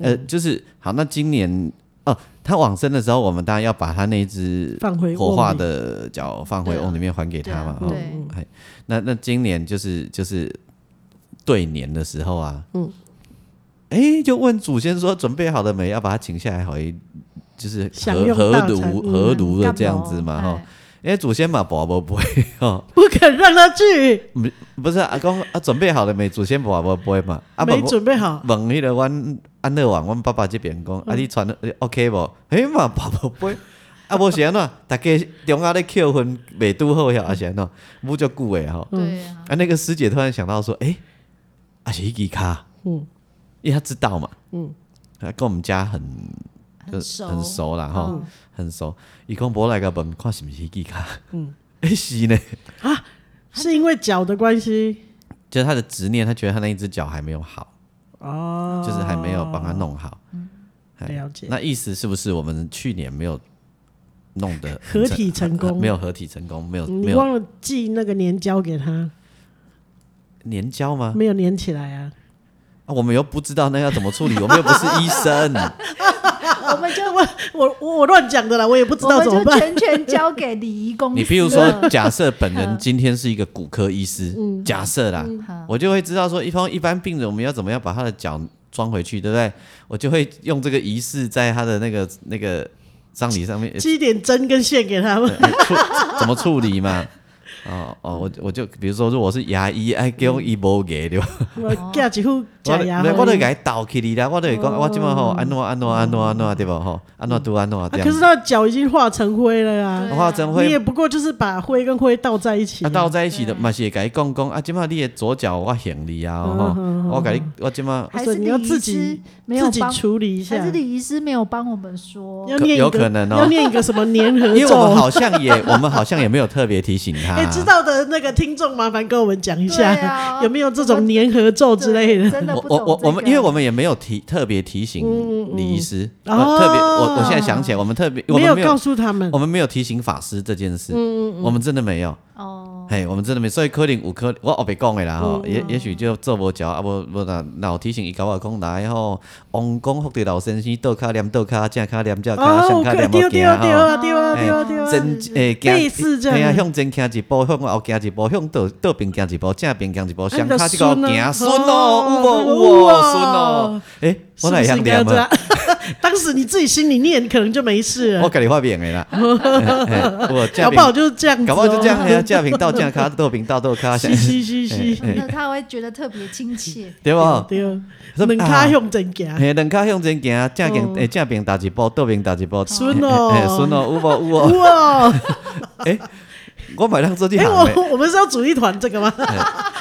Speaker 1: 呃，
Speaker 2: 嗯
Speaker 1: 就是好。那今年哦，它往生的时候，我们当然要把它那一只
Speaker 2: 放回
Speaker 1: 活
Speaker 2: 瓮
Speaker 1: 化
Speaker 2: 里
Speaker 1: 的脚放回
Speaker 3: 对啊
Speaker 1: 瓮里面还给他嘛。
Speaker 3: 对啊
Speaker 1: 哦
Speaker 3: 对，
Speaker 1: 哎那那今年就是就是对年的时候啊，嗯，哎，就问祖先说准备好了没，要把它请下来，好一就是
Speaker 2: 享
Speaker 1: 合
Speaker 2: 用
Speaker 1: 合
Speaker 2: 大
Speaker 1: 炉
Speaker 2: 餐嗯
Speaker 1: 合炉的
Speaker 3: 干
Speaker 1: 这样
Speaker 3: 嘛
Speaker 1: 子嘛
Speaker 3: 哎
Speaker 1: 哈。因为祖先嘛，宝宝不会哦，
Speaker 2: 不肯让他去，
Speaker 1: 不是阿公啊，准备好了没？祖先宝宝不会嘛？啊，不
Speaker 2: 没
Speaker 1: 过
Speaker 2: 准备好。
Speaker 1: 问迄个阮安乐网，阮爸爸这边讲，啊，你传得你 OK 无？嘿嘛，爸爸杯， 啊，无是安怎？大家中间咧扣分未拄好遐，啊是安怎？母足久诶吼。
Speaker 3: 对啊，
Speaker 1: 啊，那个师姐突然想到说，诶、啊是迄支卡，
Speaker 2: 嗯
Speaker 1: 因为她知道嘛，
Speaker 2: 嗯，
Speaker 1: 她跟我们家很
Speaker 3: 很熟，
Speaker 1: 很熟啦吼，
Speaker 3: 嗯
Speaker 1: 很熟。伊讲无来个问，看是毋是迄支卡，嗯，哎、是呢，
Speaker 2: 是因为脚的关系
Speaker 1: 就是他的执念，他觉得他那一只脚还没有好，
Speaker 2: 哦，
Speaker 1: 就是还没有帮他弄好。哎
Speaker 2: 嗯了解
Speaker 1: 那意思是不是我们去年没有弄得
Speaker 2: 合体成功
Speaker 1: 没有合体成功，没有哦没
Speaker 2: 你
Speaker 1: 有
Speaker 2: 忘了寄那个粘胶给他，
Speaker 1: 粘胶吗？
Speaker 2: 没有粘起来啊？
Speaker 1: 啊我们又不知道那要怎么处理，我们又不是医 生。
Speaker 3: 啊我们 就
Speaker 2: 我我我我乱讲的啦，我也不知
Speaker 3: 我
Speaker 2: 道
Speaker 3: 们
Speaker 2: 怎么
Speaker 3: 就
Speaker 2: 办。
Speaker 3: 全权交给礼仪公司了。
Speaker 1: 你譬如说，假设 本人今天是一个骨科医师，
Speaker 2: 嗯
Speaker 1: 假设啦，
Speaker 3: 好，
Speaker 1: 我就会知道说，一方一般病人我们要怎么样把他的脚装回去，对不对？我就会用这个仪式在他的那个那个葬礼上面呃
Speaker 2: 寄一点针跟线给他
Speaker 3: 哎
Speaker 2: 们，
Speaker 1: 处 怎么处理嘛。哦哦，我我就比如说，如果我是牙医，哎，给我一波给对吧？
Speaker 3: 哦
Speaker 2: 我寄一副
Speaker 1: 我
Speaker 2: 嗯假牙哦
Speaker 1: 就
Speaker 2: 给
Speaker 1: 我就给
Speaker 2: 他。
Speaker 1: 他倒起来啦，我就会讲，我今晚吼安诺安诺安诺安诺对吧？吼，安诺都安诺
Speaker 2: 啊可
Speaker 1: 这样
Speaker 2: 是
Speaker 1: 子。
Speaker 2: 他的脚已经化成灰了呀、
Speaker 3: 对
Speaker 1: 我化成
Speaker 2: 你
Speaker 1: 灰
Speaker 2: 也不过就是把灰跟灰倒在一起、啊。
Speaker 1: 啊，倒在一起的嘛是会甲伊讲讲啊，即马你的左脚我行你啊，
Speaker 2: 嗯
Speaker 1: 吼、我甲你我即马
Speaker 3: 还
Speaker 2: 所
Speaker 3: 是
Speaker 2: 以你要
Speaker 3: 礼仪
Speaker 2: 自己
Speaker 3: 师没有
Speaker 2: 自己
Speaker 3: 帮，
Speaker 2: 处理一下
Speaker 3: 还。是礼仪师没有帮我们说。
Speaker 2: 要念一个
Speaker 1: 有可能哦
Speaker 2: 要念一个什么粘合
Speaker 1: 因为我
Speaker 2: 咒？
Speaker 1: 们好像也 我们好像也没有特别提醒他、
Speaker 2: 哎、知道的那个听众，麻烦跟我们讲一下、
Speaker 3: 对啊
Speaker 2: 有没有这种粘合咒之类
Speaker 3: 对
Speaker 2: 的？
Speaker 3: 真的
Speaker 1: 我
Speaker 3: 不懂
Speaker 1: 我我
Speaker 3: 这
Speaker 1: 我们
Speaker 3: 个
Speaker 1: 因为我们也没有提特别提醒李医师，
Speaker 2: 嗯
Speaker 1: 呃
Speaker 2: 哦
Speaker 1: 特别我我现在想起来，我们特别我
Speaker 2: 没
Speaker 1: 们
Speaker 2: 有
Speaker 1: 没
Speaker 2: 告
Speaker 1: 有
Speaker 2: 诉他们
Speaker 1: 我，们没有提醒法师这件
Speaker 2: 嗯
Speaker 1: 事，我们真的没有，
Speaker 3: 哦，
Speaker 1: 嘿，我们真的没，所以柯林五柯我我别讲的啦
Speaker 2: 嗯
Speaker 1: 吼，也也许就做无着啊，无无那那有提醒伊甲我讲来吼，王公福地老先生倒骹念倒骹，正骹念正骹，上骹
Speaker 2: 哦对
Speaker 1: 念
Speaker 2: 丢
Speaker 1: 无
Speaker 2: 丢
Speaker 1: 行啊吼。
Speaker 2: 丢丢丢丢，
Speaker 1: 真诶，行
Speaker 2: 类似这样
Speaker 1: 嘿啊向前行一步，向后行一步，向倒倒边行一步，正边行一步，
Speaker 2: 啊
Speaker 1: 向
Speaker 2: 你的
Speaker 1: 卡这个
Speaker 2: 孙啊
Speaker 1: 行孙哦，有
Speaker 2: 哦
Speaker 1: 无有
Speaker 2: 有
Speaker 1: 哦，
Speaker 2: 哦
Speaker 1: 孙哦，诶，
Speaker 2: 是
Speaker 1: 我
Speaker 2: 不是
Speaker 1: 哪会晓
Speaker 2: 应该要
Speaker 1: 念
Speaker 2: 这
Speaker 1: 啊
Speaker 2: 样？当时你自己心里念，可能就没事
Speaker 1: 我
Speaker 2: 了。
Speaker 1: 家己发明 的啦，嘿嘿我
Speaker 2: 搞
Speaker 1: 正
Speaker 2: 不好
Speaker 1: 边，
Speaker 2: 就是这样子、哦，
Speaker 1: 搞不好就这样，嘿啊，正边到正卡，倒边到倒卡，
Speaker 2: 嘻嘻嘻嘻，
Speaker 1: 哎
Speaker 3: 那他会觉得特别亲切。
Speaker 1: 对无？
Speaker 2: 对，啊
Speaker 1: 是
Speaker 2: 门卡用真假，
Speaker 1: 嘿，两骹向前行，啊正边诶，正边踏一步，倒边踏一步，
Speaker 2: 孙
Speaker 1: 嘿
Speaker 2: 哦
Speaker 1: 嘿孙哦，有 无有哦？
Speaker 2: 哇！
Speaker 1: 诶，我买当做这
Speaker 2: 哎、
Speaker 1: 行的，
Speaker 2: 我我们是要组一团这个吗？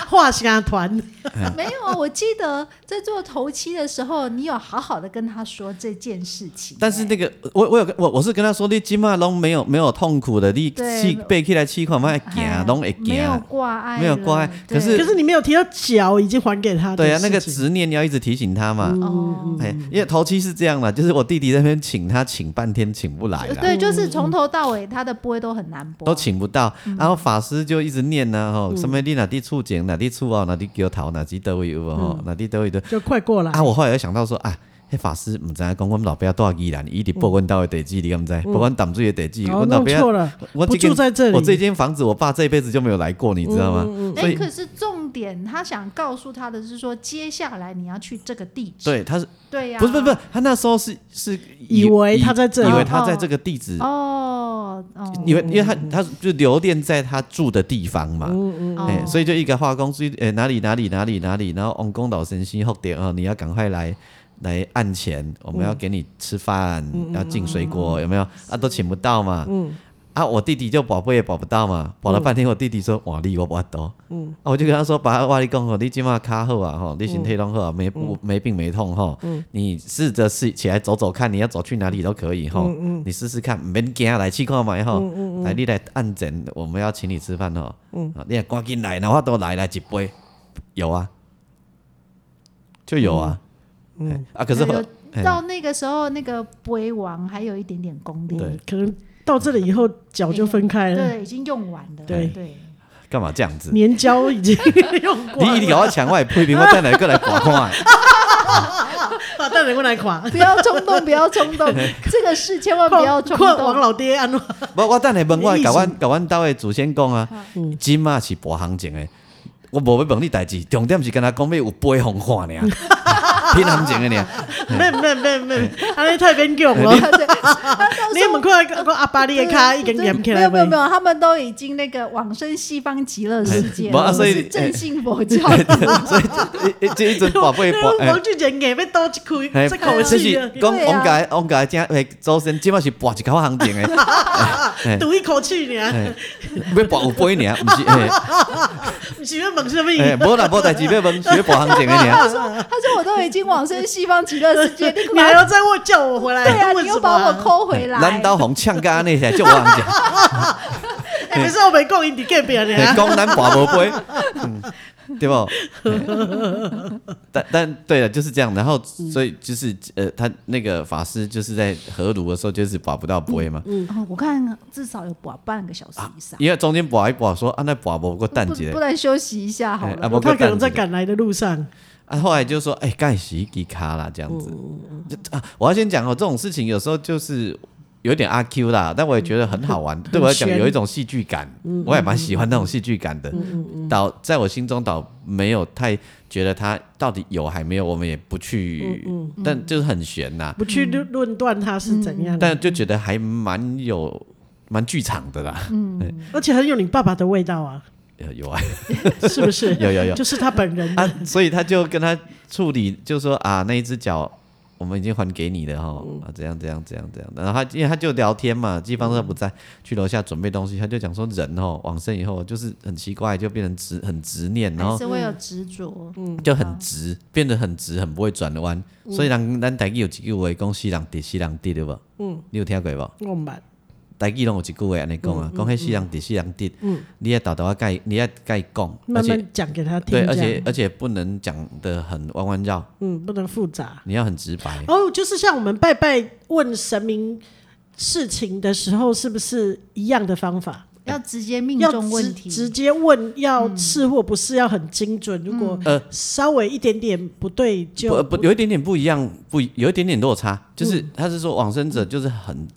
Speaker 2: 画虾团，
Speaker 1: 哎
Speaker 3: 没有啊，我记得在做头七的时候，你有好好的跟他说这件事情。哎
Speaker 1: 但是那个我我有跟我我是跟他说，你今嘛拢没有没有痛苦的，你
Speaker 3: 对
Speaker 1: 气背起来气款，慢
Speaker 3: 哎
Speaker 1: 行拢会
Speaker 3: 没有
Speaker 1: 行。
Speaker 3: 挂碍了，
Speaker 1: 没有挂碍
Speaker 3: 对
Speaker 1: 可是
Speaker 2: 可是你没有提到脚已经还给他的
Speaker 1: 对啊，那个
Speaker 2: 事情
Speaker 1: 执念你要一直提醒他嘛。
Speaker 2: 嗯
Speaker 3: 哦，
Speaker 1: 哎，因为头七是这样啦，就是我弟弟在那边请他请半天请不来
Speaker 2: 嗯
Speaker 1: 啦，
Speaker 3: 对，就是从头到尾他的波都很难播，
Speaker 1: 都请不到，
Speaker 2: 嗯
Speaker 1: 然后法师就一直念呢，吼，什么你哪地触景，哪地触哦，哪地给我逃，哪地都有哦吼，哪地都有的。
Speaker 2: 就快过嗯来
Speaker 1: 啊，我后来又想到说啊。迄法师毋知影讲，阮老爸住宜兰，伊伫报阮兜的地址，你敢知？报阮淡水的地址，
Speaker 2: 嗯哦
Speaker 1: 阮老
Speaker 2: 弄错了
Speaker 1: 爸，我
Speaker 2: 不
Speaker 1: 这间
Speaker 2: 住在这里嗯
Speaker 1: 我这间房子，我爸这一辈子就没有来过，你知道吗？所
Speaker 3: 哎，
Speaker 1: 以
Speaker 3: 可是重点，他想告诉他的是说，接下来你要去这个地址。
Speaker 1: 对他是
Speaker 3: 对呀、
Speaker 1: 不是不是不是，他那时候是是
Speaker 2: 以为他在这里
Speaker 1: 以为他在这个地址，
Speaker 3: 哦哦，
Speaker 1: 因为因为他他就留恋在他住的地方嘛。
Speaker 2: 嗯
Speaker 3: 哦
Speaker 1: 哎、所以就一个化工师，哎、哪里哪里哪里哪里，然后王公老神仙后点哦，你要赶快来来按钱，我们要给你吃饭，要进水果，有没有？啊，都请不到嘛。嗯。啊，我弟弟就保不也保不到嘛，保了半天，我弟弟说瓦力我不懂，嗯，啊，我就跟他说，把瓦力讲哦，你今嘛卡好啊，吼，你身体拢好啊，没不没病没痛吼，你试着试起来走走看，你要走去哪里都可以吼，你试试看，免惊来试看嘛吼，来你来按诊，我们要请你吃饭吼，啊，你也赶紧来，然后都来来一杯，有啊，就有啊，嗯，啊，可是后
Speaker 3: 有
Speaker 1: 来哎
Speaker 3: 到那个时候，那个杯王还有一点点功力，
Speaker 1: 对
Speaker 2: 可能到这里以后脚就分开了，
Speaker 3: 对，已经用完了，
Speaker 2: 对
Speaker 3: 对，
Speaker 1: 干嘛这样子？
Speaker 2: 粘胶已经 用过
Speaker 1: 你一
Speaker 2: 了
Speaker 1: 直。搞我抢，我也批评，我再来过来看看。
Speaker 2: 把大人过来垮，
Speaker 3: 不要冲动，不要冲 动，这个事千万 不要冲
Speaker 2: 跨王
Speaker 3: 动。哦
Speaker 2: 老爹安诺，
Speaker 1: 我我等下问我
Speaker 2: 你意思
Speaker 1: 甲阮甲阮兜的祖先讲啊，即嘛是博行情的，我无要问你代志，重点是跟他讲要有杯红看尔，品行情的尔。
Speaker 2: 没没没没，安尼太勉强了。
Speaker 3: 对，到
Speaker 2: 你
Speaker 3: 时候
Speaker 2: 们快我阿爸你的卡已经粘起来
Speaker 3: 哎没有没有没
Speaker 2: 未？
Speaker 3: 有，他们都已经那个往生西方极乐世界
Speaker 1: 哎没有啊
Speaker 3: 了，
Speaker 1: 所以
Speaker 3: 是正信佛 教徒。
Speaker 1: 所以这这这一阵 宝贝博，
Speaker 2: 王俊杰硬要倒一开，这口
Speaker 1: 这
Speaker 2: 气
Speaker 1: 是讲
Speaker 3: 对啊
Speaker 1: 王家王家正诶祖先，即嘛是博一口行情的，
Speaker 2: 赌一口气呢，
Speaker 1: 嘿要博有杯尔，毋是诶
Speaker 2: 不是要问什么？
Speaker 1: 诶，无啦无代志要问，是要博行情的
Speaker 3: 他
Speaker 1: 尔。
Speaker 3: 说他说我都已经往生西方极乐世界， 你
Speaker 2: 你还要再问叫我回来？
Speaker 3: 对啊，
Speaker 2: 问
Speaker 3: 你
Speaker 2: 什
Speaker 3: 又
Speaker 2: 么
Speaker 3: 把
Speaker 2: 啊
Speaker 3: 我抠回来。
Speaker 1: 咱兜红呛甲安尼才就有行情，
Speaker 2: 哎，可是我没供应你给别人啊。
Speaker 1: 江南寡不杯，嗯对不？但但对了，就是这样。然后所以就是呃，他那个法师就是在合炉的时候，就是把不到杯嘛，
Speaker 3: 哦，我看至少有寡半个小时以上，
Speaker 1: 因为中间把一把说啊，那把不过蛋
Speaker 3: 不
Speaker 1: 节
Speaker 3: 不，然休息一下好
Speaker 1: 哎
Speaker 3: 了。
Speaker 1: 啊，不
Speaker 2: 他
Speaker 1: 过
Speaker 2: 可能
Speaker 1: 蛋
Speaker 2: 在
Speaker 1: 节。
Speaker 2: 赶来的路上，
Speaker 1: 啊，后来就说，哎、盖洗衣机卡啦，这样子。就啊，我要先讲哦，这种事情有时候就是有点阿 Q 啦，但我也觉得很好玩，对我来讲
Speaker 2: 很悬
Speaker 1: 有一种戏剧感，我也蛮喜欢那种戏剧感的。导在我心中导没有太觉得它到底有还没有，我们也不去，但就是很悬呐、
Speaker 2: 不去论论断他是怎样的，
Speaker 3: 嗯
Speaker 1: 但就觉得还蛮有蛮剧场的啦，
Speaker 3: 嗯
Speaker 2: 而且很有你爸爸的味道 啊，
Speaker 1: 有有啊，
Speaker 2: 是不是？
Speaker 1: 有有有
Speaker 2: 就是他本人
Speaker 1: 啊，所以他就跟他处理，就说啊，那一只脚我们已经还给你了哈，
Speaker 2: 嗯
Speaker 1: 啊，怎样怎样怎样怎样。然后他因为他就聊天嘛，季方他不在，去楼下准备东西，他就讲说人哦，往生以后就是很奇怪，就变成执很执
Speaker 2: 嗯
Speaker 1: 念，然
Speaker 3: 还
Speaker 1: 后
Speaker 3: 是会有执着，
Speaker 1: 就很直，变得很直，很不会转弯。
Speaker 2: 嗯
Speaker 1: 所以人咱台语有一句话讲西人跌西人跌对不？嗯，你有听过不？
Speaker 2: 我们
Speaker 1: 台语拢有一句话安尼讲
Speaker 2: 嗯
Speaker 1: 啊，讲迄西人跌西人跌，你要豆豆啊盖，你要盖讲，而
Speaker 2: 慢
Speaker 1: 且
Speaker 2: 慢讲给他听
Speaker 1: 对，，而
Speaker 2: 这
Speaker 1: 且
Speaker 2: 样
Speaker 1: 而且不能讲的很弯弯绕。
Speaker 2: 嗯，不能复杂。
Speaker 1: 你要很直白，
Speaker 2: 哦，就是像我们拜拜问神明事情的时候，是不是一样的方法？
Speaker 3: 要直接命
Speaker 2: 哎要
Speaker 3: 中
Speaker 2: 直
Speaker 3: 问题，
Speaker 2: 直接问，要是或不是，要很精准。如果
Speaker 1: 呃
Speaker 2: 稍微一点点不对，就
Speaker 1: 不嗯不有一点点不一样，不一有一点点落差，就是他是说往生者就是很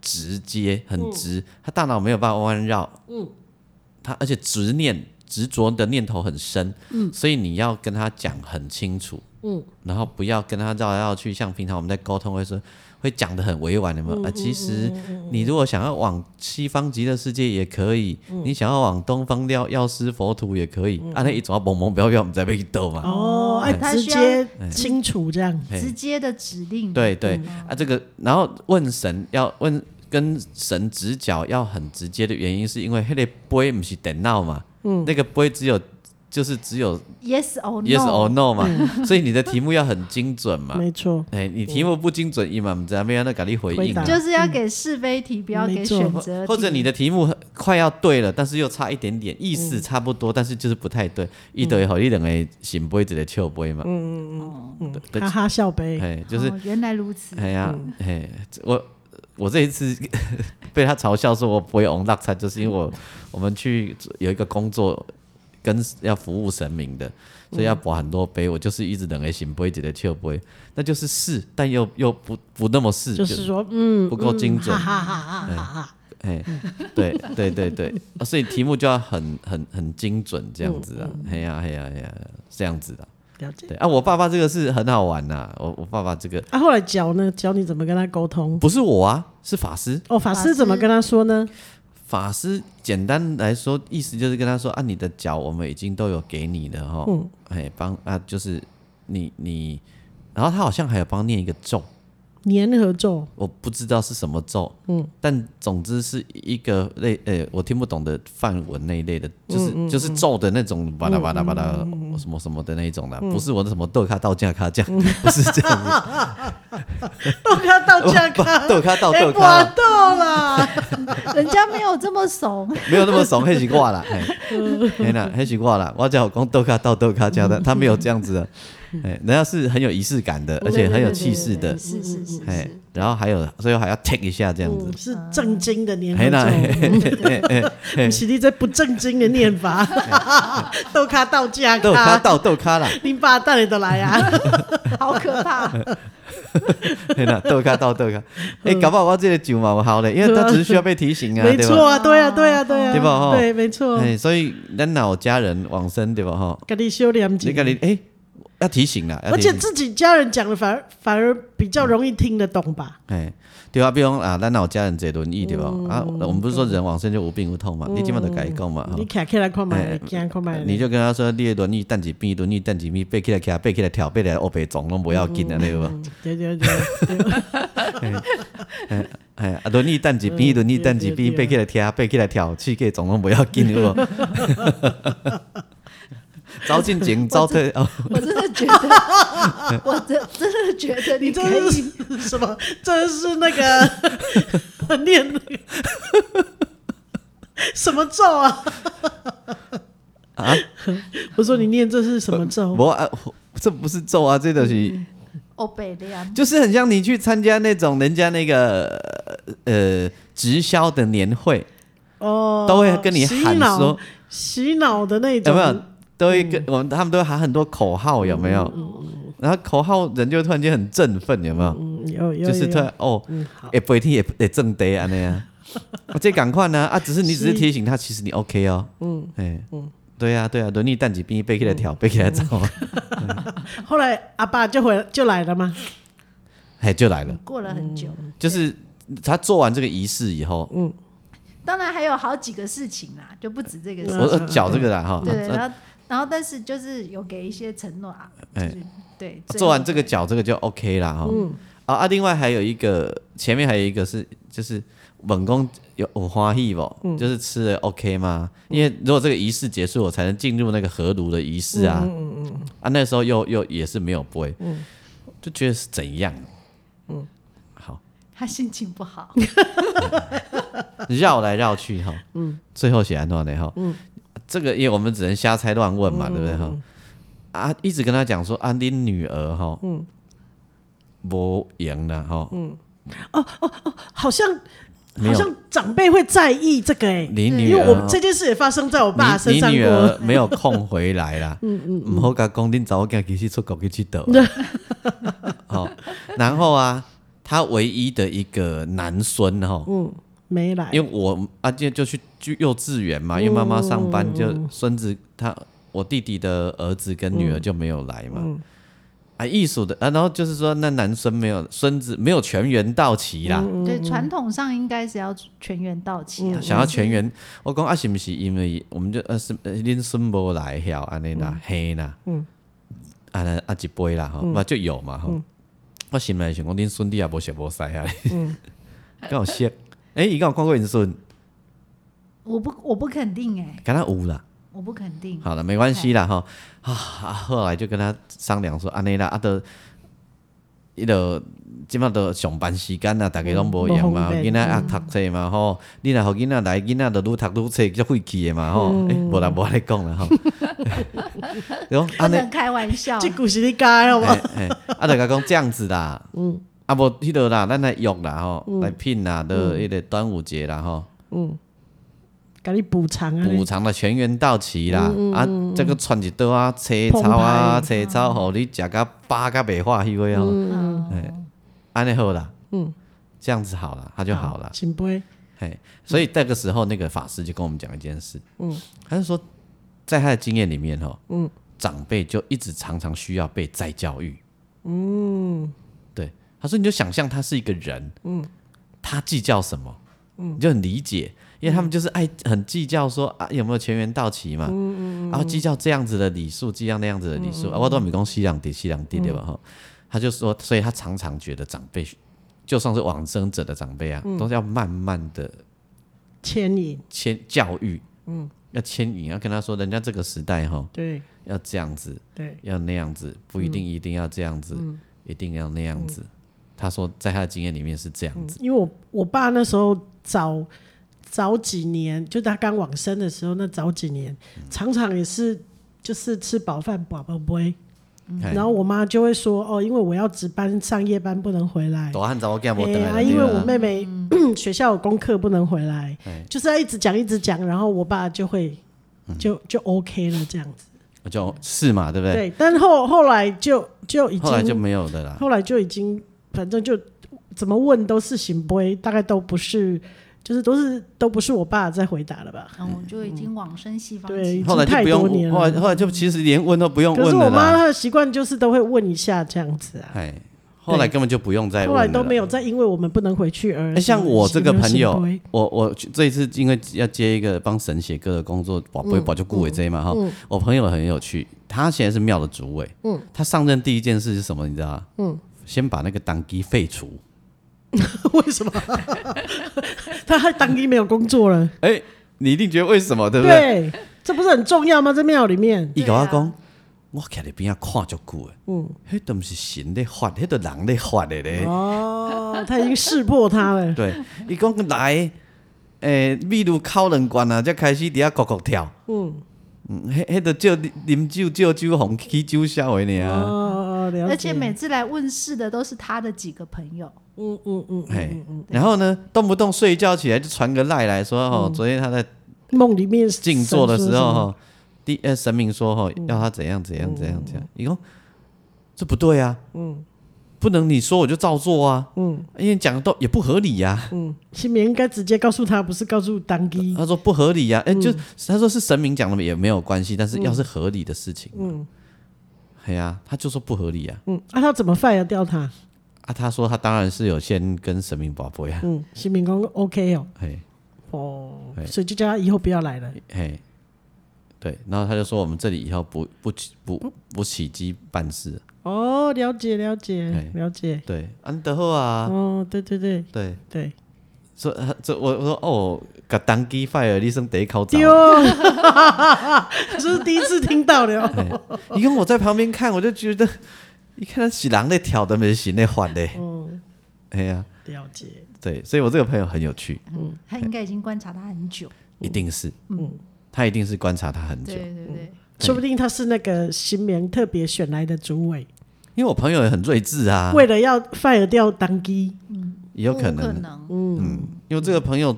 Speaker 1: 直接，很直，他大脑没有办法弯弯绕，嗯，他而且执念执着的念头很深，嗯，所以你要跟他讲很清楚，嗯，然后不要跟他绕来绕去，像平常我们在沟通会说。会讲的很委婉，有没有？啊，其实你如果想要往西方极乐世界也可以，你想要往东方药药师佛土也可以。啊，那一种蹦蹦飘飘，我们再被逗嘛。
Speaker 2: 哦，哎，
Speaker 3: 他
Speaker 2: 直
Speaker 3: 需要
Speaker 2: 接清楚这样。
Speaker 1: 嘿
Speaker 3: 直接的指令，
Speaker 1: 对对、啊，这个然后问神要问跟神直角要很直接的原因，是因为那个杯不是等闹嘛，那个杯只有就是只有
Speaker 3: ，yes or no，
Speaker 1: yes or no 嘛， 所以你的题目要很精准嘛。
Speaker 2: 没错，
Speaker 1: 哎，你题目不精准，伊嘛唔知道没有那给你回
Speaker 2: 回
Speaker 1: 应
Speaker 2: 答
Speaker 1: 啊。
Speaker 3: 就是要给是非题，不要
Speaker 2: 嗯没
Speaker 3: 给
Speaker 2: 错
Speaker 3: 选
Speaker 1: 或
Speaker 3: 择题，
Speaker 1: 或者你的题目快要对了，但是又差一点点，意思差不多，但是就是不太对，一对好一两个醒杯，一个笑杯嘛。嗯嗯嗯，
Speaker 2: 哈哈笑呗。
Speaker 1: 哎，就是
Speaker 3: 哦原来如此，
Speaker 1: 哎呀，
Speaker 2: 嗯
Speaker 1: 哎，我我这一次 被他嘲笑说我不会 on luck 菜，就是因
Speaker 2: 嗯
Speaker 1: 为我我们去有一个工作跟要服务神明的，
Speaker 2: 嗯
Speaker 1: 所以要保很多杯，我就是一直等 A 行杯，觉得秋杯，那就是是，但又又不不那么是，
Speaker 2: 就是说，嗯，
Speaker 1: 不够精
Speaker 2: 嗯
Speaker 1: 准
Speaker 2: 哈哈哈哈哈哈！
Speaker 1: 哎，对对 对对、啊所以题目就要很很很精准这样子啊，
Speaker 2: 嗯
Speaker 1: 哎呀哎呀哎呀，这样子的、
Speaker 2: 了解。
Speaker 1: 对啊，我爸爸这个是很好玩呐、我我爸爸这个
Speaker 2: 啊，后来教呢，教你怎么跟他沟通。
Speaker 1: 不是我啊，是法师。
Speaker 2: 哦，法
Speaker 3: 法
Speaker 2: 师
Speaker 3: 师
Speaker 2: 怎么跟他说呢？
Speaker 1: 法师简单来说，意思就是跟他说啊，你的脚我们已经都有给你了哈，哎、帮啊，就是你你，然后他好像还有帮念一个咒，
Speaker 2: 粘合 咒，
Speaker 1: 我不知道是什么咒，嗯，但总之是一个类，呃、我听不懂的范文那一类的，就是、就是咒的那种，巴拉巴拉巴拉，什么什么的那一种的，不是我的什么豆卡豆架卡酱，不是这样子，
Speaker 2: 豆咖哦到这样咖，
Speaker 1: 豆卡啊豆
Speaker 2: 哎，
Speaker 1: 豆
Speaker 2: 刮
Speaker 1: 卡，
Speaker 2: 到啦！
Speaker 3: 人家没有这么怂，
Speaker 1: 没有那么怂，黑起挂 啦，嘿，嘿啦，黑起挂啦，我叫我公豆卡豆豆卡酱的，
Speaker 2: 嗯
Speaker 1: 他没有这样子的，哎，人家是很有仪式感的，而且很有气势的，
Speaker 3: 是是是
Speaker 1: 哎
Speaker 3: 是，，
Speaker 1: 然后还有最后还要 take 一下这样子，
Speaker 2: 是正经的粘
Speaker 1: 嘿啦，嘿
Speaker 2: 合
Speaker 1: 嘿 嘿嘿嘿
Speaker 2: 咒，起立这不正经的念法，豆咖到这样
Speaker 1: 豆咖
Speaker 2: 咖，
Speaker 1: 豆豆咖啦。
Speaker 2: 你爸带你的来 啊！
Speaker 3: 好可怕，
Speaker 1: 对啦，豆咖到豆咖，
Speaker 2: 嗯
Speaker 1: 哎、搞不好我这个酒嘛有效嘞，因为它只是需要被提醒啊，
Speaker 2: 没
Speaker 1: 对吧？
Speaker 2: 错啊，对啊，对啊，对啊，
Speaker 1: 对吧吼
Speaker 2: 对，没错
Speaker 1: 哎、，所以咱老家人往生对吧？哈，
Speaker 2: 给你修炼几
Speaker 1: 你啊看你哎，要提醒啦，要
Speaker 2: 而
Speaker 1: 提
Speaker 2: 且
Speaker 1: 醒。
Speaker 2: 自己家人讲的反而反而比较容易听得懂吧？
Speaker 1: 哎，对啊，比如讲啊，咱老家人坐轮椅对吧？啊，我们不是说人往生就无病无痛嘛，你基本都改讲嘛，哈
Speaker 2: 哦你卡起来看麦，
Speaker 1: 哎
Speaker 2: 看看麦，
Speaker 1: 你就跟他说，你的轮椅等几米，轮椅等几米，背起来起来，背起来跳，背起来后背撞拢不要紧的，对吧？
Speaker 2: 嗯对对对，
Speaker 1: 哎，啊，轮椅等几米，轮椅等几米，背起来跳，背起来跳，气给总拢不要紧，对不？招进前，招退哦。
Speaker 3: 我真的觉得， 我真真的觉得
Speaker 2: 你
Speaker 3: 你
Speaker 2: 这
Speaker 3: 可以
Speaker 2: 是什 么？这是那个念什么咒啊？
Speaker 1: 啊，
Speaker 2: 我说你念这是什么咒？
Speaker 1: 我啊，这不是咒啊，这东西
Speaker 3: 欧贝利亚，
Speaker 1: 就是很像你去参加那种人家那个呃直销的年会，
Speaker 2: 哦，
Speaker 1: 都会跟你喊
Speaker 2: 洗脑
Speaker 1: 说
Speaker 2: 哦洗脑的那
Speaker 1: 有
Speaker 2: 种，嗯
Speaker 1: 没有？都会跟我们他们都会喊很多口号，有没有？然后口号人就突然间很振奋，有没有？
Speaker 2: 嗯？有有
Speaker 1: 就是
Speaker 2: 有嗯
Speaker 1: 突然哦，也不一定也也正得啊 那样，我这赶快呢啊！只是你只是
Speaker 2: 是
Speaker 1: 提醒他，其实你 OK 哦，嗯，哎，对啊对
Speaker 2: 嗯
Speaker 1: 啊，轮你蛋几边背起来挑，背起来走，
Speaker 2: 后来阿爸就回就来了嘛，
Speaker 1: 哎就来了，
Speaker 3: 过了很久。
Speaker 2: 嗯
Speaker 1: 就是他做完这个仪式以后，
Speaker 3: 当然还有好几个事情啦，就不止这
Speaker 2: 嗯
Speaker 3: 个事
Speaker 1: 我
Speaker 3: 情。
Speaker 1: 我脚这个啦哈，
Speaker 3: 对，
Speaker 1: 啊
Speaker 3: 然后然后但是就是有给一些承诺啊，就
Speaker 1: 哎
Speaker 3: 是对，
Speaker 1: 做完这
Speaker 3: 个
Speaker 1: 个脚这个就 OK 啦哈，啊啊，另外还有一个前面还有一个是就是本宫有有花艺不，就是吃的 OK 吗？因为如果这个仪式结束，我才能进入那个合炉的仪式啊，啊那时候又又也是没有不会，就觉得是怎样，嗯，好
Speaker 3: 他心情不好，
Speaker 1: 绕来绕去哈，嗯，最后写安诺的哈，嗯，这个因为我们只能瞎猜乱问嘛，对不对哈？啊，一直跟他讲说啊，你女儿哈，嗯，无赢了哈，
Speaker 2: 好像
Speaker 1: 没
Speaker 2: 好
Speaker 1: 有
Speaker 2: 像长辈会在意这个哎、
Speaker 1: 你
Speaker 2: 因
Speaker 1: 女
Speaker 2: 为
Speaker 1: 儿
Speaker 2: 我
Speaker 1: 哈，
Speaker 2: 这件事也发生在我爸
Speaker 1: 你
Speaker 2: 身
Speaker 1: 你
Speaker 2: 上
Speaker 1: 女
Speaker 2: 过
Speaker 1: 儿，没有空回来啦， 嗯嗯，唔好甲讲恁查某囝其实出国去佚佗， 好，然后啊，他唯一的一个男孙哈，
Speaker 2: 嗯，没来，
Speaker 1: 因为我啊，就就去去幼稚园嘛，因为妈妈上班，就孙子他我弟弟的儿子跟女儿就没有来嘛。啊，艺术的啊，然后就是说，那男生没有孙子没有全员到齐啦，
Speaker 3: 对，传统上应该是要全员到齐啊。
Speaker 1: 嗯想要全员，我讲啊，是不是因为我们就呃是呃恁孙无来晓安尼啦，嘿啦，嗯，嗯啊那啊一杯啦吼，嘛就有嘛吼，我心内想讲恁孙弟也无熟无识啊， 敢有熟，诶，伊敢有看过因孙，
Speaker 3: 我不我不肯定哎、
Speaker 1: 敢若有啦。
Speaker 3: 我不肯定。
Speaker 1: 好了，没关系啦哈啊啊！后来就跟他商量说，安尼啦，啊都，伊都即马都上班时间啦，大家拢无闲嘛，
Speaker 2: 嗯无方便
Speaker 1: 囡仔啊读册嘛吼，你若互囡仔来，囡仔就愈读愈册，较晦气的嘛吼，
Speaker 2: 嗯
Speaker 1: 诶无啦无咧讲啦吼，
Speaker 3: 不
Speaker 1: 然后安尼，
Speaker 2: 啊
Speaker 3: 能开玩笑，
Speaker 2: 这故事你改好吗？
Speaker 1: 诶诶，啊就甲讲这样子啦，嗯，啊无迄落啦，咱来约啦
Speaker 2: 嗯
Speaker 1: 吼，来聘啦，到迄个端午节啦吼。
Speaker 2: 给你补偿啊，
Speaker 1: 补偿了全员到齐啦，啊，这个穿一刀啊，切草啊，切草，吼，你食到饱甲袂化迄个哦，
Speaker 3: 嗯，
Speaker 1: 安尼好啦，嗯，这样子好了，他就好了，
Speaker 2: 请杯，
Speaker 1: 嘿，所以那个时候那个法师就跟我们讲一件事，嗯，他就说，在他的经验里面，吼，嗯，长辈就一直常常需要被再教育，嗯，对，他说你就想象他是一个人，嗯，他计较什么，嗯，你就很理解。因为他们就是爱很计较说啊有没有全员到齐嘛，嗯嗯然后计较这样子的礼数，计较那样子的礼数，啊，我都没讲西凉底西凉底对吧？哈、他就说，所以他常常觉得长辈，就算是往生者的长辈啊，都是要慢慢的
Speaker 2: 牵引，
Speaker 1: 牵教育，嗯，要牵引，要跟他说，人家这个时代哈，
Speaker 2: 对
Speaker 1: 要这样子，
Speaker 2: 对，
Speaker 1: 要那样子，不一定一定要这样子，
Speaker 2: 嗯
Speaker 1: 一定要那样子。他说，在他的经验里面是这样子，
Speaker 2: 因为我我爸那时候早早几年，就他刚往生的时候，那早几年，
Speaker 1: 嗯
Speaker 2: 常常也是就是吃饱饭饱饱杯，
Speaker 1: 嘿
Speaker 2: 然后我妈就会说哦，因为我要值班上夜班不能回来，
Speaker 1: 大汉早我干我
Speaker 2: 哎
Speaker 1: 等啊
Speaker 2: 呀、
Speaker 1: 来
Speaker 2: 因为我
Speaker 1: 了，
Speaker 2: 妹妹、 学校有功课不能回来，
Speaker 1: 哎
Speaker 2: 就是要一直讲一直讲，然后我爸就会就就 OK 了这样子。
Speaker 1: 我就是嘛，对不对？
Speaker 2: 对，但后后来就就已经
Speaker 1: 后来就没有的啦。
Speaker 2: 后来就已经反正就怎么问都是行不会，大概都不是，就是都是都不是我爸在回答了吧？
Speaker 3: 然后我就已经往生西方
Speaker 2: 对
Speaker 3: 极
Speaker 2: 已经
Speaker 1: 后来就
Speaker 2: 太
Speaker 1: 不
Speaker 2: 多年
Speaker 1: 用，
Speaker 2: 了
Speaker 1: 后来后来就其实连问都不用
Speaker 2: 可是
Speaker 1: 问
Speaker 2: 我
Speaker 1: 了
Speaker 2: 妈
Speaker 1: 啦。
Speaker 2: 她的习惯就是都会问一下这样子啊，
Speaker 1: 哎，后来根本就不用再
Speaker 2: 后
Speaker 1: 问了
Speaker 2: 来
Speaker 1: 啦。
Speaker 2: 都没有再因为我们不能回去而
Speaker 1: 哎，像我这个朋
Speaker 2: 行
Speaker 1: 友
Speaker 2: 不会，
Speaker 1: 我我这一次因为要接一个帮神写歌的工作，我不会保就顾伟这一嘛哈。我朋友很有趣，他现在是庙的主委，嗯，他上任第一件事是什么？你知道吗？嗯，先把那个党籍废除。
Speaker 2: 为什么？ 他还当地没有工作了，
Speaker 1: 哎，你一定觉得为什么对不对？
Speaker 2: 对，这不是很重要吗？在庙里 面，
Speaker 1: 伊甲我讲，我徛伫边仔看足久诶，嗯，迄都毋是神咧发，迄都人咧发诶咧。
Speaker 2: 哦，他已经识破他了，
Speaker 1: 对，伊讲来，诶、秘鲁烤两罐啊，才开始伫遐咕咕跳。
Speaker 2: 嗯，
Speaker 1: 嗯，迄迄着借啉酒借酒红起酒痟的
Speaker 2: 哦
Speaker 1: 尔。
Speaker 2: 哦，了解。
Speaker 3: 而且每次来问世的都是他的几个朋友，
Speaker 2: 嗯嗯嗯嗯，
Speaker 1: 嘿，然后呢，动不动睡一觉起来就传个赖来说哦，昨天他在
Speaker 2: 梦里面
Speaker 1: 静坐的时
Speaker 2: 神
Speaker 1: 候
Speaker 2: 说什么，嗯
Speaker 1: 哈，第呃神明说哈，要他怎样怎样怎样怎样，你说这不对啊，嗯，不能你说我就照做啊，嗯，因为讲的都也不合理啊呀、
Speaker 2: 嗯，新民应该直接告诉他，不是告诉当机。
Speaker 1: 他说不合理呀、哎、
Speaker 2: 嗯
Speaker 1: 就他说是神明讲的也没有关系，但是要是合理的事情，嗯，哎呀、他就说不合理呀、
Speaker 2: 嗯，啊，他怎么 fire 掉他？
Speaker 1: 啊，他说他当然是有先跟神明保播呀，
Speaker 2: 嗯，新民公 OK 哦，
Speaker 1: 嘿，
Speaker 2: 哦
Speaker 1: 哎，
Speaker 2: 所以就叫他以后不要来了。
Speaker 1: 嘿，对，然后他就说我们这里以后不不起不不起鸡办事，
Speaker 2: 哦，了解了解
Speaker 1: 哎
Speaker 2: 了解。
Speaker 1: 对，安德后啊，
Speaker 2: 哦，对对对
Speaker 1: 对。
Speaker 2: 对，
Speaker 1: 说他这我我说哦，甲当机 fire 你算第一口罩。
Speaker 2: 丢，这是第一次听到 的
Speaker 1: 哎
Speaker 2: 哦。
Speaker 1: 你跟我在旁边看，我就觉得，你看他是人在挑的，没是人在反的。
Speaker 2: 嗯，
Speaker 1: 哎呀、
Speaker 2: 了解。
Speaker 1: 对，所以我这个朋友很有趣，
Speaker 3: 他应该已经观察他很久。
Speaker 1: 一定是，嗯，他一定是观察他很久嗯
Speaker 3: 对，对对，
Speaker 2: 说不定他是那个新民特别选来的主委，
Speaker 1: 因为我朋友也很睿智啊，
Speaker 2: 为了要 fire 掉当机，
Speaker 1: 也有可
Speaker 3: 不可
Speaker 1: 能，嗯
Speaker 3: 能，
Speaker 1: 因为这个朋友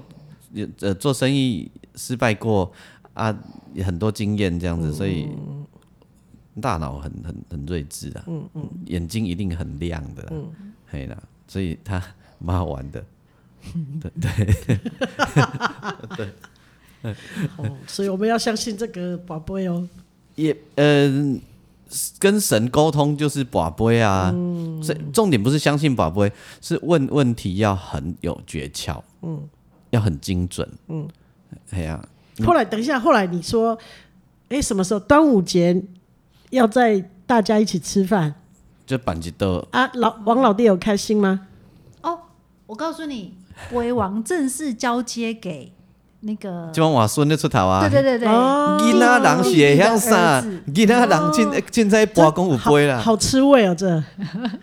Speaker 1: 也呃做生意失败过啊，也很多经验这样子，所以。大脑很很很睿智啊，嗯嗯，眼睛一定很亮的、嗯，嘿啦，所以他蛮好玩的，
Speaker 2: 哦，所以我们要相信这个宝贝哦。
Speaker 1: 也呃，跟神沟通就是把杯啊，所以重点不是相信把杯，是问问题要很有诀窍，嗯，要很精准，嗯，哎呀、
Speaker 2: 后来等一下，后来你说，哎、什么时候端午节要在大家一起吃饭
Speaker 1: 就板一道，
Speaker 2: 啊？老王老弟有开心吗？
Speaker 3: 哦，我告诉你，为王正式交接给那个，
Speaker 1: 今晚我孙就出头啊
Speaker 3: 对，对对对，
Speaker 2: 哦
Speaker 1: 囡仔人是会晓啥，
Speaker 3: 弟弟的儿子
Speaker 1: 囡仔人凊凊彩
Speaker 2: 这
Speaker 1: 博讲有杯啦
Speaker 2: 好，，好吃味哦，这。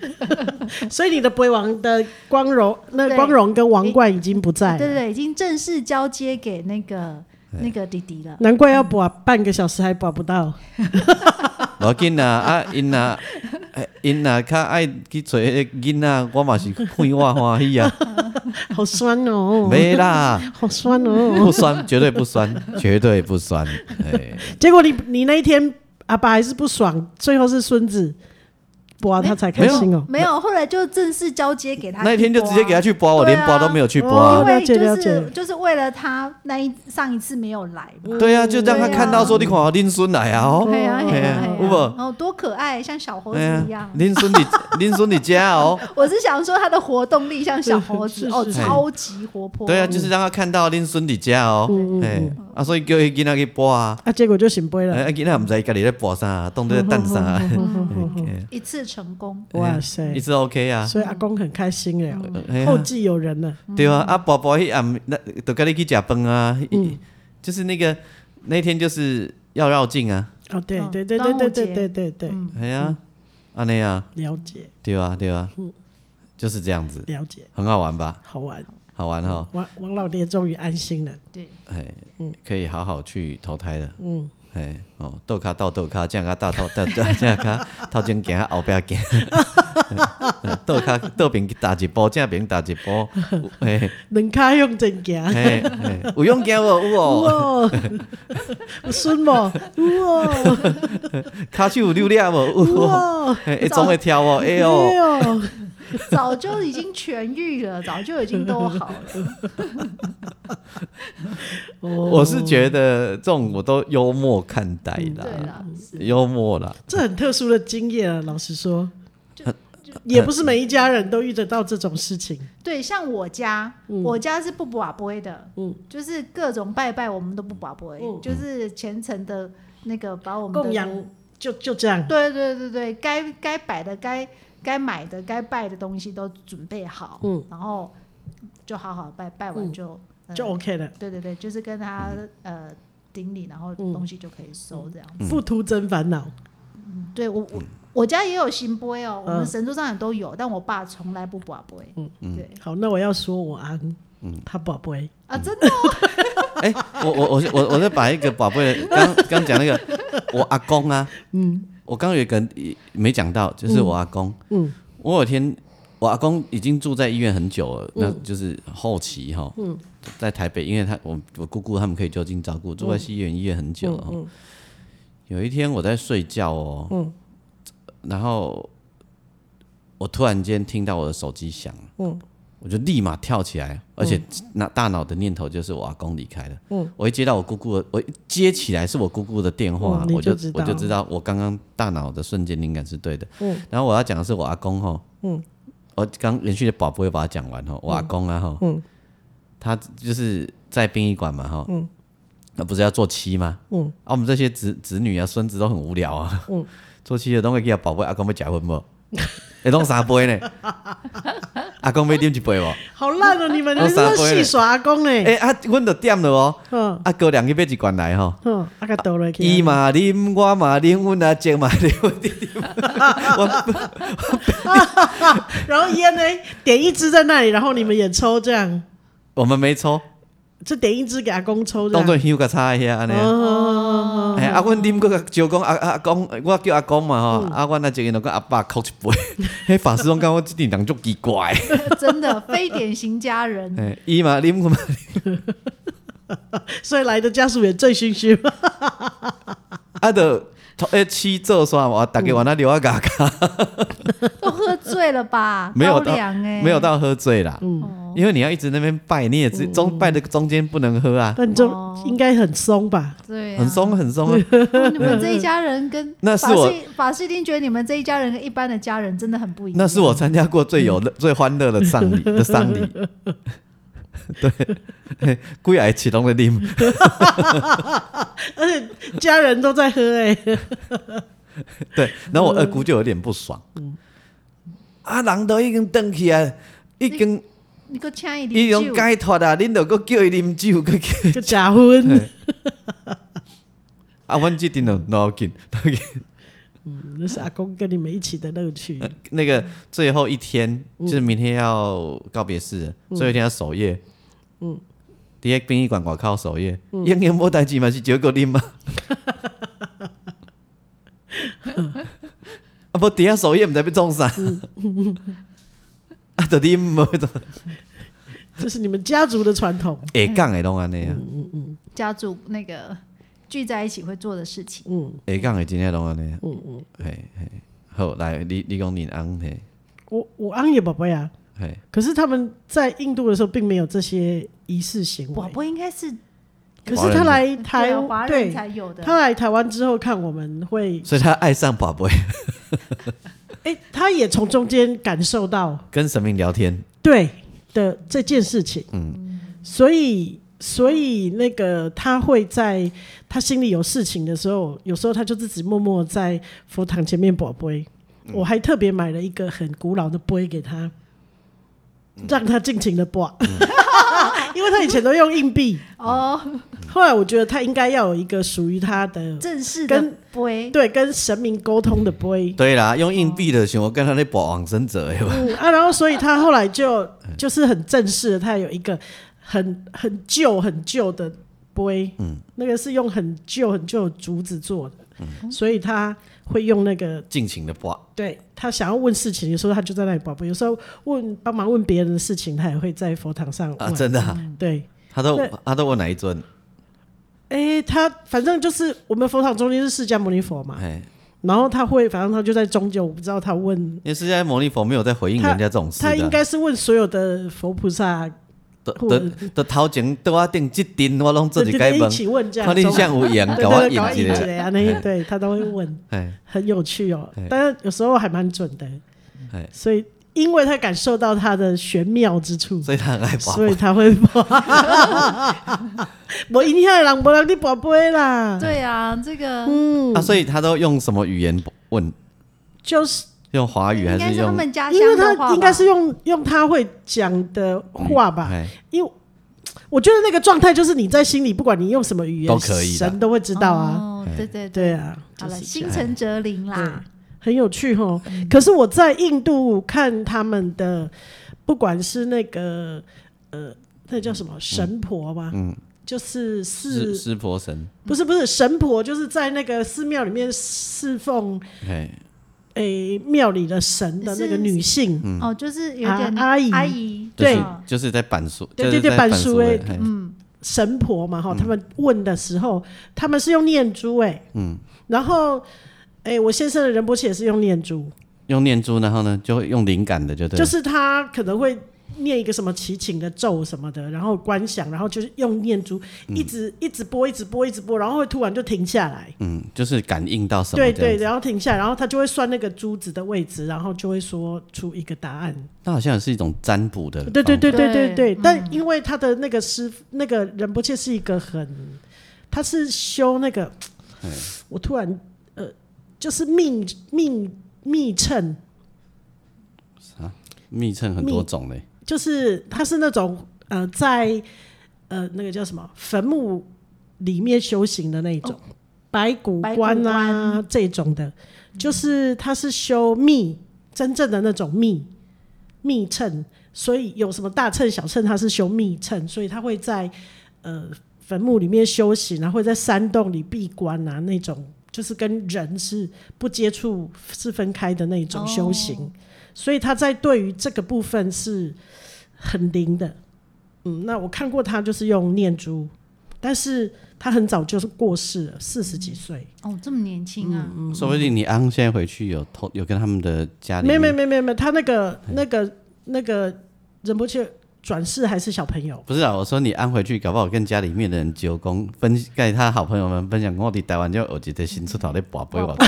Speaker 2: 所以你的杯王的光荣，那
Speaker 3: 对
Speaker 2: 光荣跟王冠已经不在
Speaker 3: 对
Speaker 2: 了，
Speaker 3: 对对，已经正式交接给那个
Speaker 1: 哎
Speaker 3: 那个弟弟了。
Speaker 2: 难怪要把半个小时还把不到。
Speaker 1: 无要紧啦，啊因啊，哎因啊较爱去找迄个囡仔，我嘛是看我欢喜啊，
Speaker 2: 好酸哦，
Speaker 1: 没啦。
Speaker 2: 好酸哦。
Speaker 1: 不酸，绝对不酸，绝对不酸。哎，
Speaker 2: 结果你你那一天阿爸还是不爽，最后是孙子，哇，他才开心哦。
Speaker 3: 没有，后来就正式交接给他。
Speaker 1: 那一天就直接给他去
Speaker 3: 啊
Speaker 1: 播，我连播都没有去播
Speaker 2: 哦
Speaker 1: 啊。
Speaker 3: 因为就
Speaker 2: 了解了
Speaker 3: 是
Speaker 2: 解
Speaker 3: 就是为了他那一上一次没有来嘛。
Speaker 1: 对啊，就让他看到说，你看我林孙来啊，哦，
Speaker 3: 对啊，
Speaker 1: 嘿
Speaker 3: 对啊
Speaker 1: 啊，
Speaker 3: 对
Speaker 1: 有
Speaker 3: 啊
Speaker 1: 无
Speaker 3: 哦，多可爱，像小猴子
Speaker 1: 哎呀
Speaker 3: 一样，。啊
Speaker 1: 林孙你林孙你家 哦，
Speaker 3: 我是想说他的活动力像小猴子
Speaker 2: 是
Speaker 3: 哦，
Speaker 2: 是
Speaker 1: 是
Speaker 3: 超级活泼。
Speaker 1: 对啊，就是让他看到林孙你家哦，
Speaker 3: 嗯
Speaker 1: 哎，啊，所以叫伊囡仔去播啊，
Speaker 2: 啊，结果就醒杯了。
Speaker 1: 哎，囡仔唔知家己在播啥，当作在等 啥，嘿
Speaker 3: 一次成功。
Speaker 2: 哇塞！
Speaker 1: 一直 OK 啊，
Speaker 2: 所以阿公很开心哎、
Speaker 3: 嗯
Speaker 1: 哎呀
Speaker 2: 后继有人了。
Speaker 1: 对啊，啊，宝宝迄暗那都跟你去食饭啊，
Speaker 3: 嗯
Speaker 1: 就是那个那天就是要绕境啊，
Speaker 2: 哦，对
Speaker 3: 嗯
Speaker 2: 对对对
Speaker 3: 端午
Speaker 2: 对
Speaker 3: 节
Speaker 2: 对
Speaker 3: 嗯
Speaker 2: 对对对，
Speaker 1: 哎呀，安尼啊。
Speaker 2: 了解
Speaker 1: 对啊，对啊，
Speaker 3: 嗯
Speaker 1: 就是这样子，
Speaker 2: 了解，
Speaker 1: 很好玩吧？
Speaker 2: 好玩。
Speaker 1: 好玩哦哈，
Speaker 2: 王王老爹终于安心了，
Speaker 3: 对，
Speaker 1: 哎，可以好好去投胎了。嗯，哎，哦，豆咖到豆咖，这样咖大头， 这样这样咖头前行，啊后边行， 豆咖豆饼打一波，正饼打一波， 哎
Speaker 2: 能卡用真行。
Speaker 1: 哎，嘿有用行无有哦，
Speaker 2: 哇，有孙某，哇
Speaker 1: 骹手有溜了无有哦，
Speaker 2: 哇，
Speaker 1: 嘿会总会跳哦，哎
Speaker 2: 哎
Speaker 1: 哦，
Speaker 2: 呦，
Speaker 3: 早就已经痊愈了，早就已经都好 了。
Speaker 2: 哦
Speaker 1: 我是觉得这种我都幽默看待
Speaker 3: 对
Speaker 1: 啦，
Speaker 2: 嗯
Speaker 3: 啦，
Speaker 1: 幽默啦，
Speaker 2: 这很特殊的经验啊，老实说。也不是每一家人都遇得到这种事情，
Speaker 3: 对，像我家，我家是不把杯的，
Speaker 2: 嗯
Speaker 3: 就是各种拜拜我们都不把杯，
Speaker 2: 嗯
Speaker 3: 就是虔诚的那个把我们的
Speaker 2: 供养就就这样。
Speaker 3: 对对对对，该该摆的、该该买的、该拜的东西都准备好，
Speaker 2: 嗯
Speaker 3: 然后就好好拜，拜完就、呃
Speaker 2: 就 OK 了，
Speaker 3: 对对对，就是跟他、呃顶礼，然后
Speaker 2: 嗯
Speaker 3: 东西就可以收这样。
Speaker 1: 嗯
Speaker 2: 复徒增烦恼。
Speaker 3: 对我我我家也有新杯哦，我
Speaker 2: 嗯
Speaker 1: 嗯
Speaker 3: 们神桌上也都有，但我爸从来不把杯，对。
Speaker 2: 好，那我要说我安，他宝贝，
Speaker 3: 啊，真的哦、
Speaker 1: 哎、我我我我我在把一个宝贝的刚刚讲那个我阿公啊，嗯，我刚刚有一个没讲到，就是我阿公，嗯，我有天我阿公已经住在医院很久了，那就是后期哈，嗯，在台北，因为他我我姑姑他们可以就近照顾，住在西园医院很久了、齁有一天我在睡觉哦，嗯，然后我突然间听到我的手机响，嗯。我就立马跳起来，而且那大脑的念头就是我阿公离开了。我一接到我姑姑的，我一接起来是我姑姑的电话
Speaker 2: 嗯，你
Speaker 1: 我就
Speaker 2: 就知道
Speaker 1: 我就知道我刚刚大脑的瞬间灵感是对的。然后我要讲的是我阿公吼，我刚连续的宝贝把它讲完吼，我阿公啊吼，他就是在殡仪馆嘛吼，那不是要做七吗？啊，我们这些子子女啊、孙子都很无聊啊， 做七的都会给他宝贝阿公要结婚不？ 会弄三杯呢？ 阿公要点一杯无？
Speaker 2: 好烂哦！你们你
Speaker 1: 我
Speaker 2: 们
Speaker 1: 傻
Speaker 2: 都
Speaker 1: 杯
Speaker 2: 戏
Speaker 1: 嘞
Speaker 2: 耍阿公哎，
Speaker 1: 诶、啊，阮就点了哦、
Speaker 2: 嗯
Speaker 1: 啊，哥两个杯一罐来吼、
Speaker 2: 嗯，阿个倒落去，
Speaker 1: 伊嘛啉，我嘛啉，阮阿姐嘛啉， 阮弟弟嘛我
Speaker 2: 然后烟呢点一支在那里，然后你们也抽这样，
Speaker 1: 我们没抽，
Speaker 2: 就点一支给阿公抽这
Speaker 1: 当
Speaker 2: 样。
Speaker 1: 做休个差一下安尼啊。
Speaker 2: 哦，
Speaker 1: 哎、啊，阮啉过招讲阿阿阿公，我叫阿公嘛吼、啊，阮阿姐因讲阿爸哭一杯，迄 法师讲讲我即阵人足奇怪，
Speaker 3: 真的非典型家 人，
Speaker 1: 哎，伊嘛啉，我 嘛
Speaker 2: 所以来的家属也醉醺醺嘛。
Speaker 1: 啊，就 诶七做煞嘛，逐个往那流啊嘎嘎，
Speaker 3: 都喝醉了吧？
Speaker 1: 没有
Speaker 3: 高
Speaker 1: 到
Speaker 3: 粱哎，
Speaker 1: 没有到喝醉啦，
Speaker 2: 嗯
Speaker 3: 哦，
Speaker 1: 因为你要一直那边拜，你也
Speaker 3: 嗯
Speaker 1: 知中拜的中间不能喝啊，
Speaker 2: 但你就
Speaker 3: 哦
Speaker 2: 应该很松吧？
Speaker 3: 对、啊，
Speaker 1: 很松很 松啊。
Speaker 3: 哦。你们这一家人跟
Speaker 1: 那是
Speaker 3: 法
Speaker 1: 我
Speaker 3: 师法师一定觉得你们这一家人跟一般的家人真的很不一样。
Speaker 1: 那是我参加过最有
Speaker 3: 嗯
Speaker 1: 乐、最欢乐的 丧礼的丧礼。 对，贵矮启动的你，
Speaker 2: 而且家人都在喝 哎、
Speaker 1: 对，然后我二姑就有点不爽。
Speaker 3: 嗯
Speaker 1: 啊，人都已经登去啊，已经
Speaker 3: 你个掐一
Speaker 1: 已
Speaker 3: 滴
Speaker 1: 经
Speaker 3: 酒，
Speaker 1: 解脱啊，恁都搁叫伊啉酒，搁叫
Speaker 2: 就假婚，
Speaker 1: 啊，阮即阵就脑筋。
Speaker 2: 嗯那是阿公跟你们一起的乐趣。
Speaker 1: 那个最后一天，就是明天要告别式了，最后一天要守夜。嗯，第一殡仪馆外口守夜，永远无代志嘛是酒够啉嘛。 啊，无底下守夜，毋知要创啥。嗯 啊，就啉无就
Speaker 2: 这是你们家族的传统。
Speaker 1: 会讲的拢安尼啊，
Speaker 3: 家族那个聚在一起会做的事情。
Speaker 1: 会讲的真正拢安尼啊。嗯嗯，嘿嘿，好，来，你你讲你翁嘿，
Speaker 2: 我我安也宝贝啊，
Speaker 1: 嘿，
Speaker 2: 可是他们在印度的时候并没有这些仪式行
Speaker 3: 宝
Speaker 2: 为。
Speaker 3: 宝应该是
Speaker 2: 可是他来
Speaker 3: 对
Speaker 2: 台
Speaker 3: 啊华人
Speaker 2: 对，
Speaker 3: 才有的，
Speaker 2: 他来台湾之后看我们会，
Speaker 1: 所以他爱上宝贝，
Speaker 2: 哎、他也从中间感受到
Speaker 1: 跟神明聊天。
Speaker 2: 对的这件事情，嗯，所以所以那个他会在他心里有事情的时候，有时候他就自己默默在佛堂前面宝杯。
Speaker 3: 嗯
Speaker 2: 我还特别买了一个很古老的杯给他，
Speaker 3: 嗯
Speaker 2: 让他尽情的播， 因为他以前都用硬币，
Speaker 3: 哦，
Speaker 2: 后来我觉得他应该要有一个属于他的。
Speaker 3: 正式的
Speaker 2: 跟
Speaker 3: 杯，
Speaker 2: 对，跟神明沟通的杯，
Speaker 1: 对啦，用硬币的想我跟他那保往生者有
Speaker 2: 嗯啊，然后所以他后来就
Speaker 1: 嗯
Speaker 2: 就是很正式的，他有一个很很旧很旧的杯，嗯，那个是用很旧很旧的竹子做的，
Speaker 1: 嗯
Speaker 2: 所以他会用那个。
Speaker 1: 尽情的刮。
Speaker 2: 对他想要问事情的时候，他就在那里宝贝。有时候问帮忙问别人的事情，他也会在佛堂上
Speaker 1: 啊，
Speaker 2: 问。
Speaker 1: 真的、啊，
Speaker 2: 对，
Speaker 1: 他都
Speaker 2: 嗯对
Speaker 1: 他都问哪一尊？
Speaker 2: 哎，他反正就是我们佛堂中间是释迦牟尼佛嘛，
Speaker 1: 哎，
Speaker 2: 然后他会，反正他就在中间，我不知道他问，
Speaker 1: 因为释迦牟尼佛没有在回应人家这种事
Speaker 2: 他应
Speaker 1: 的，
Speaker 2: 该是问所有的佛菩萨
Speaker 1: 都都都头前都啊定一顶，我拢自己该
Speaker 2: 一
Speaker 1: 问，
Speaker 2: 起问这样，
Speaker 1: 看你像有缘，搞我
Speaker 2: 对对搞
Speaker 1: 演一
Speaker 2: 一
Speaker 1: 个，
Speaker 2: 啊，那对他都会问，
Speaker 1: 哎
Speaker 2: 很有趣哦
Speaker 1: 嘿。
Speaker 2: 但是有时候还蛮准的，
Speaker 1: 哎，
Speaker 2: 所以因为他感受到他的玄妙之处，
Speaker 1: 所以他很爱刮
Speaker 2: 所。以他会我一定要人，无人你宝贝啦，
Speaker 3: 对啊，这个
Speaker 2: 嗯
Speaker 1: 啊，所以他都用什么语言问？
Speaker 2: 就是
Speaker 1: 用华语还
Speaker 3: 应该
Speaker 1: 是
Speaker 3: 是他
Speaker 1: 用？
Speaker 3: 们家
Speaker 2: 因
Speaker 3: 乡
Speaker 2: 为
Speaker 3: 的话
Speaker 2: 他
Speaker 3: 吧
Speaker 2: 应该是用用他会讲的话吧，
Speaker 1: 哎，
Speaker 2: 因为。我觉得那个状态就是你在心里，不管你用什么语言，
Speaker 1: 都可以的
Speaker 2: 神都会知道啊。
Speaker 3: 哦
Speaker 1: 哎
Speaker 3: 对对对，
Speaker 2: 对啊，
Speaker 3: 好
Speaker 2: 就
Speaker 3: 了，
Speaker 2: 是
Speaker 3: 心诚则灵啦，
Speaker 2: 很有趣哈。可是我在印度看他们的，不管是那个呃那叫什么神婆吗？嗯，就是
Speaker 1: 湿
Speaker 2: 是
Speaker 1: 湿婆神，
Speaker 2: 不是不是神婆，就是在那个寺庙里面侍奉
Speaker 1: 嘿，
Speaker 2: 诶庙里的神的那个女性，
Speaker 1: 嗯
Speaker 3: 哦，就是有点
Speaker 2: 嗯啊阿姨
Speaker 3: 阿姨
Speaker 1: 就是
Speaker 2: 对
Speaker 1: 就是在板书，
Speaker 2: 对
Speaker 1: 就是
Speaker 2: 对对
Speaker 1: 在
Speaker 2: 板
Speaker 1: 板
Speaker 2: 书哎嗯
Speaker 1: 书
Speaker 2: 诶
Speaker 1: 的嘿
Speaker 2: 神婆嘛，哈，他们问的时候，他们是用念珠、哎，嗯，然后，哎、我先生的仁波切也是用念珠，
Speaker 1: 用念珠，然后呢就会用灵感的，就对了，
Speaker 2: 就是他可能会念一个什么祈请的咒什么的，然后观想，然后就是用念珠一直、一直播，一直播，一直播，然后会突然就停下来，
Speaker 1: 嗯，就是感应到什么，
Speaker 2: 对对，，然后停下来，然后他就会算那个珠子的位置，然后就会说出一个答案，
Speaker 1: 那好像也是一种占卜的，
Speaker 2: 对对，对对对
Speaker 3: 对
Speaker 2: 对，但因为他的那个师傅，那个仁波切是一个很，他是修那个，我突然呃，就是命命密乘，
Speaker 1: 密乘很多种嘞，
Speaker 2: 就是他是那种呃，在呃那个叫什么坟墓里面修行的那一种，白骨
Speaker 3: 哦白骨嗯
Speaker 2: 观啊这种的，就是他是修密，真正的那种密密乘，所以有什么大乘小乘，他是修密乘，所以他会在呃坟墓里面修行，然后会在山洞里闭关啊那种。就是跟人是不接触、是分开的那种修行，
Speaker 3: 哦
Speaker 2: 所以他在对于这个部分是很灵的。嗯，那我看过他就是用念珠，但是他很早就是过世了，四十几岁。
Speaker 1: 嗯
Speaker 3: 哦，这么年轻啊，
Speaker 1: 说不定你昂现在回去有偷有跟他们的家里
Speaker 2: 没
Speaker 1: 面，嗯
Speaker 2: 没没没没，他那个那个那个仁波切转世还是小朋友，
Speaker 1: 不是啊，我说你安回去，搞不好跟家里面的人九公分，跟他好朋友们分享，我伫台湾就有一个新出头的宝贝，
Speaker 2: 哦
Speaker 1: 我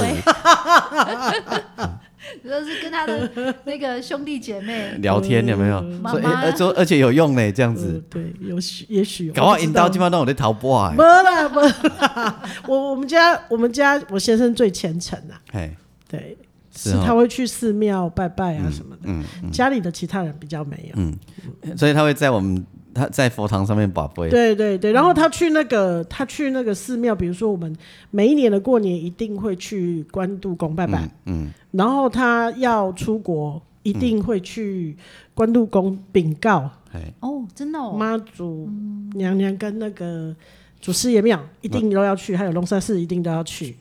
Speaker 1: 嗯
Speaker 3: 就是跟他的那个兄弟姐妹，
Speaker 1: 聊天有没有？
Speaker 3: 妈
Speaker 1: 所以
Speaker 3: 妈
Speaker 1: 而且而且有用嘞，这样子，
Speaker 2: 嗯对，有许也许
Speaker 1: 搞不好
Speaker 2: 引
Speaker 1: 引导基本上都有在逃播啊
Speaker 2: 没。啦没啦，我我们家我们家我先生最虔诚啊，
Speaker 1: 嘿，
Speaker 2: 对，
Speaker 1: 是
Speaker 2: 是
Speaker 1: 哦
Speaker 2: 他会去寺庙拜拜啊什么的，家里的其他人比较没有。
Speaker 1: 所以他会在我们他在佛堂上面宝贝，
Speaker 2: 对对对，然后他去那个、他去那个寺庙，比如说我们每一年的过年一定会去关渡宫拜拜，嗯，然后他要出国一定会去关渡宫禀告
Speaker 1: 嘿，
Speaker 3: 哦，真的哦，
Speaker 2: 妈祖娘娘跟那个祖师爷庙一定都要去，还有龙山寺一定都要去，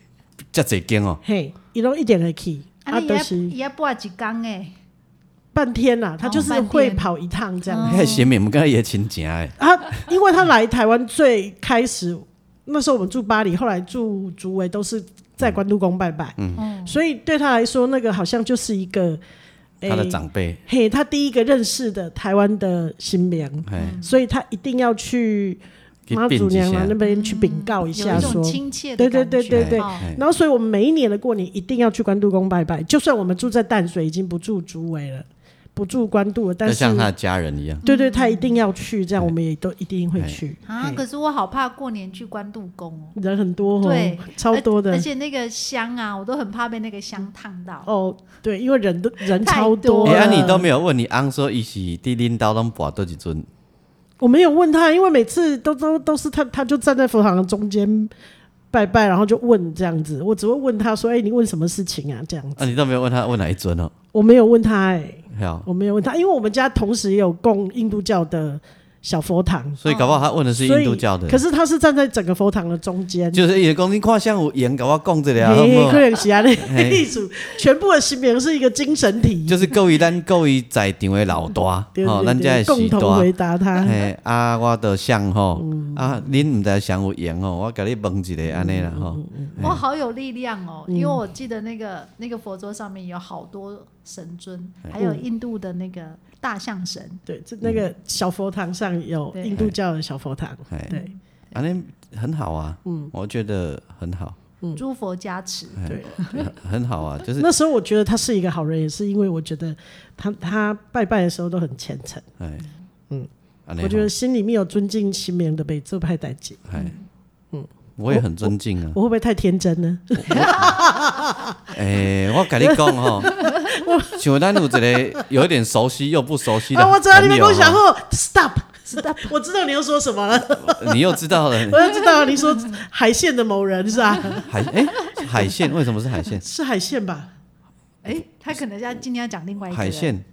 Speaker 1: 这几间哦，
Speaker 2: 嘿，一都一点的去，
Speaker 3: 啊，
Speaker 2: 都
Speaker 3: 也
Speaker 2: 是
Speaker 3: 也不几缸哎，
Speaker 2: 半天啦、他
Speaker 3: 哦
Speaker 2: 就是
Speaker 3: 半
Speaker 2: 会
Speaker 3: 天
Speaker 2: 跑一趟这样
Speaker 3: 哦
Speaker 1: 嘿，前面我们刚才也请假哎，
Speaker 2: 他因为他来台湾最开始，那时候我们住巴黎，后来住竹围，都是在关渡宫拜拜，
Speaker 1: 嗯
Speaker 3: 哦，
Speaker 2: 所以对他来说，那个好像就是一个，诶
Speaker 1: 他的长辈，
Speaker 2: 嘿，他第一个认识的台湾的新娘，
Speaker 1: 嘿，
Speaker 3: 嗯
Speaker 2: 所以他一定要去
Speaker 1: 去
Speaker 2: 妈祖
Speaker 1: 病一
Speaker 2: 娘
Speaker 1: 下
Speaker 2: 娘那，边去禀告一
Speaker 3: 嗯有
Speaker 2: 下
Speaker 3: 一
Speaker 2: 说
Speaker 3: 种。亲切的
Speaker 2: 对对
Speaker 3: 感觉，
Speaker 2: 对对对
Speaker 3: 哦，
Speaker 1: 嘿
Speaker 2: 然后，所以我们每一年的过年一定要去关渡宫拜拜。就算我们住在淡水，已经不住竹围了，不住关渡了，但
Speaker 1: 就是像他的家人一样，
Speaker 2: 对对，他一定要去，这样我们也都一定会
Speaker 1: 嘿
Speaker 2: 去。
Speaker 3: 啊，
Speaker 2: 嘿
Speaker 3: 可是我好怕过年去关渡宫哦，
Speaker 2: 人很多哦，
Speaker 3: 对
Speaker 2: 超多
Speaker 3: 而
Speaker 2: 的
Speaker 3: 而。且那个香啊，我都很怕被那个香烫到。
Speaker 2: 哦，对，因为人都人
Speaker 3: 太
Speaker 2: 超
Speaker 3: 多
Speaker 2: 多
Speaker 3: 我
Speaker 2: 了。
Speaker 1: 哎，啊，你都没有问你昂说一起地拎刀拢跋多几尊，
Speaker 2: 我没有问他，因为每次都都都是他，他就站在佛堂的中间拜拜，然后就问这样子。我只会问他说：“哎、你问什么事情啊？”这样
Speaker 1: 啊，
Speaker 2: 子，
Speaker 1: 你都没有问他问哪一尊哦，
Speaker 2: 我没有问他、哎，
Speaker 1: 好，
Speaker 2: 我没有问他，因为我们家同时也有供印度教的小佛堂，
Speaker 1: 所以搞不好他问的是
Speaker 2: 所
Speaker 1: 印
Speaker 2: 以
Speaker 1: 度教的
Speaker 2: 哦可，是他是站在整个佛堂的中间，
Speaker 1: 就是也讲你看像有言搞我讲这个啊，好
Speaker 2: 嘿
Speaker 1: 不
Speaker 2: 可
Speaker 1: 好？
Speaker 2: 能是啊，那
Speaker 1: 嘿
Speaker 2: 艺术全部的新名是一个精神体，
Speaker 1: 就是够于咱够于在场的老大，
Speaker 2: 对
Speaker 1: 吼，
Speaker 2: 对
Speaker 1: 咱
Speaker 2: 对，
Speaker 1: 这
Speaker 2: 共
Speaker 1: 是
Speaker 2: 同嗯
Speaker 1: 大。
Speaker 2: 回答他。
Speaker 1: 嘿，啊，我都想吼，啊，恁毋知想有闲吼，我甲你问一个安尼啦
Speaker 2: 嗯
Speaker 1: 吼，
Speaker 3: 我好有力量哦，因为我记得那个那个佛桌上面有好多神尊，
Speaker 2: 嗯
Speaker 3: 还有印度的那个大象神，
Speaker 2: 对，这那个小佛堂上有
Speaker 3: 对
Speaker 2: 印度教的小佛堂，
Speaker 1: 嘿，
Speaker 2: 对嗯
Speaker 1: 安尼很好啊，我觉得很好，
Speaker 3: 诸佛加持。
Speaker 2: 对。
Speaker 1: 很好啊，就是
Speaker 2: 那时候我觉得他是一个好人，也是因为我觉得他他拜拜的时候都很虔诚，
Speaker 1: 哎，嗯，安尼
Speaker 2: 我觉得
Speaker 1: 吼，
Speaker 2: 心里面有尊敬其名的被这派代级，
Speaker 1: 哎，嗯，我也很尊敬啊，
Speaker 2: 我会不会太天真呢？
Speaker 1: 诶，我甲你讲吼，像咱有一个有一点熟悉又不熟悉的
Speaker 2: 啊，我知道你们
Speaker 1: 朋
Speaker 2: 跟我
Speaker 1: 友
Speaker 2: 讲
Speaker 1: 吼，
Speaker 2: 后，stop stop，我知道你要说什么了，
Speaker 1: 你又知道了，
Speaker 2: 我要知道你说海线的某人是吧？
Speaker 1: 海诶，海鲜为什么是海鲜？
Speaker 2: 是海线吧？
Speaker 3: 哎，他可能要今天要讲另外一个人
Speaker 1: 海鲜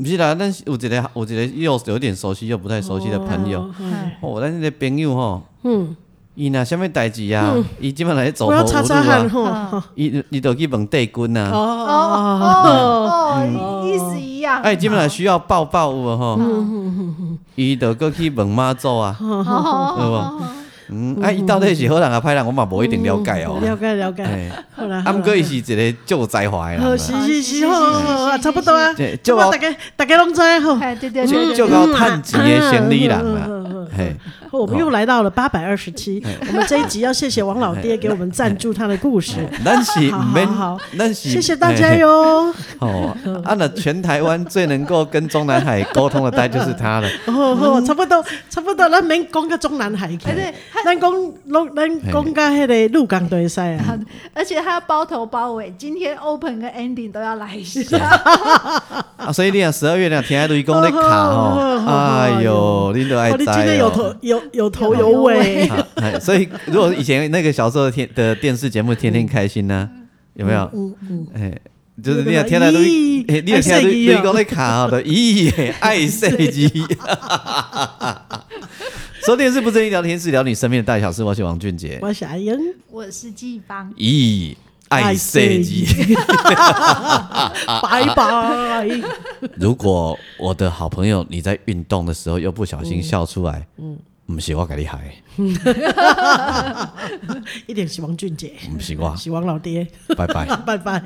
Speaker 1: 不是啦，但是有一个有一个又有点熟悉又不太熟悉的朋友，
Speaker 2: 哦
Speaker 3: 哎
Speaker 1: 哦，咱那个朋友吼，嗯，伊若什物代志啊？伊即摆来走
Speaker 2: 嗯我
Speaker 1: 投无
Speaker 2: 要擦
Speaker 1: 路
Speaker 2: 擦汗
Speaker 1: 啊，
Speaker 2: 吼。
Speaker 3: 嗯
Speaker 1: 伊伊就去问帝君
Speaker 2: 哦
Speaker 1: 啊，
Speaker 3: 哦
Speaker 2: 哦，
Speaker 3: 哦
Speaker 2: 嗯
Speaker 3: 哦，意思一样。
Speaker 1: 哎，即摆来需要抱抱有无吼？
Speaker 2: 嗯
Speaker 1: 伊就过去问妈祖啊，
Speaker 3: 哦哦，
Speaker 1: 嗯，啊，伊到底是好人啊歹人，我嘛无一定了解哦。
Speaker 2: 嗯了解了解。
Speaker 1: 哎，
Speaker 2: 好啦，
Speaker 1: 啊，毋过伊是一个就才华的
Speaker 2: 好，
Speaker 1: 人
Speaker 2: 是
Speaker 1: 啊，
Speaker 2: 是是，好好好好，差不多啊。
Speaker 1: 这
Speaker 2: 这
Speaker 1: 就
Speaker 2: 我
Speaker 1: 搞
Speaker 2: 大家大家拢知吼。
Speaker 3: 哎，对对
Speaker 1: 就
Speaker 3: 对，
Speaker 1: 就搞趁钱的生理人
Speaker 2: 嗯嗯嗯
Speaker 1: 啦
Speaker 2: 嗯，
Speaker 1: 嘿，
Speaker 2: 我们又来到了八百二十七，我们这一集要谢谢王老爹给我们赞助他的故事，
Speaker 1: 咱是
Speaker 2: 好
Speaker 1: 毋免
Speaker 2: 好好，
Speaker 1: 咱是
Speaker 2: 谢谢大家
Speaker 1: 嘿
Speaker 2: 哟。嗯
Speaker 1: 哦，啊，那全台湾最能够跟中南海沟通的，大概就是他了。
Speaker 2: 哦，好差不多，差不多，咱免讲到中南海去
Speaker 3: 哎，对，
Speaker 2: 咱讲拢咱讲到迄个鹿港对赛啊。
Speaker 3: 而且他要包头包尾，今天 open 跟 ending 都要来一下。
Speaker 1: 啊，所以你啊，十二月两天还雷公在卡哦，哎呦，你都爱
Speaker 2: 哦，你今
Speaker 1: 栽
Speaker 2: 天有头
Speaker 1: 哦。
Speaker 2: 有有头有 尾，
Speaker 1: 啊哎所以如果以前那个小时候的天的电视节目《天天开心》呢，
Speaker 2: 嗯
Speaker 1: 有没有？哎，就是你啊，天来都，
Speaker 2: 咦
Speaker 1: 哎你啊，天来
Speaker 2: 爱
Speaker 1: 都
Speaker 2: 睡衣哦
Speaker 1: 雷公在卡 的，咦，爱射 击。收电视不正经聊天是聊你身边的大小事，我是王俊杰。
Speaker 2: 我是阿英。
Speaker 3: 我是季芳，
Speaker 1: 咦，爱射击。
Speaker 2: 拜拜。
Speaker 1: 如果我的好朋友你在运动的时候又不小心笑出来，嗯，不是我给你害，
Speaker 2: 一点是王俊杰，
Speaker 1: 不是我，
Speaker 2: 是王老爹，
Speaker 1: 拜拜。
Speaker 2: 拜拜。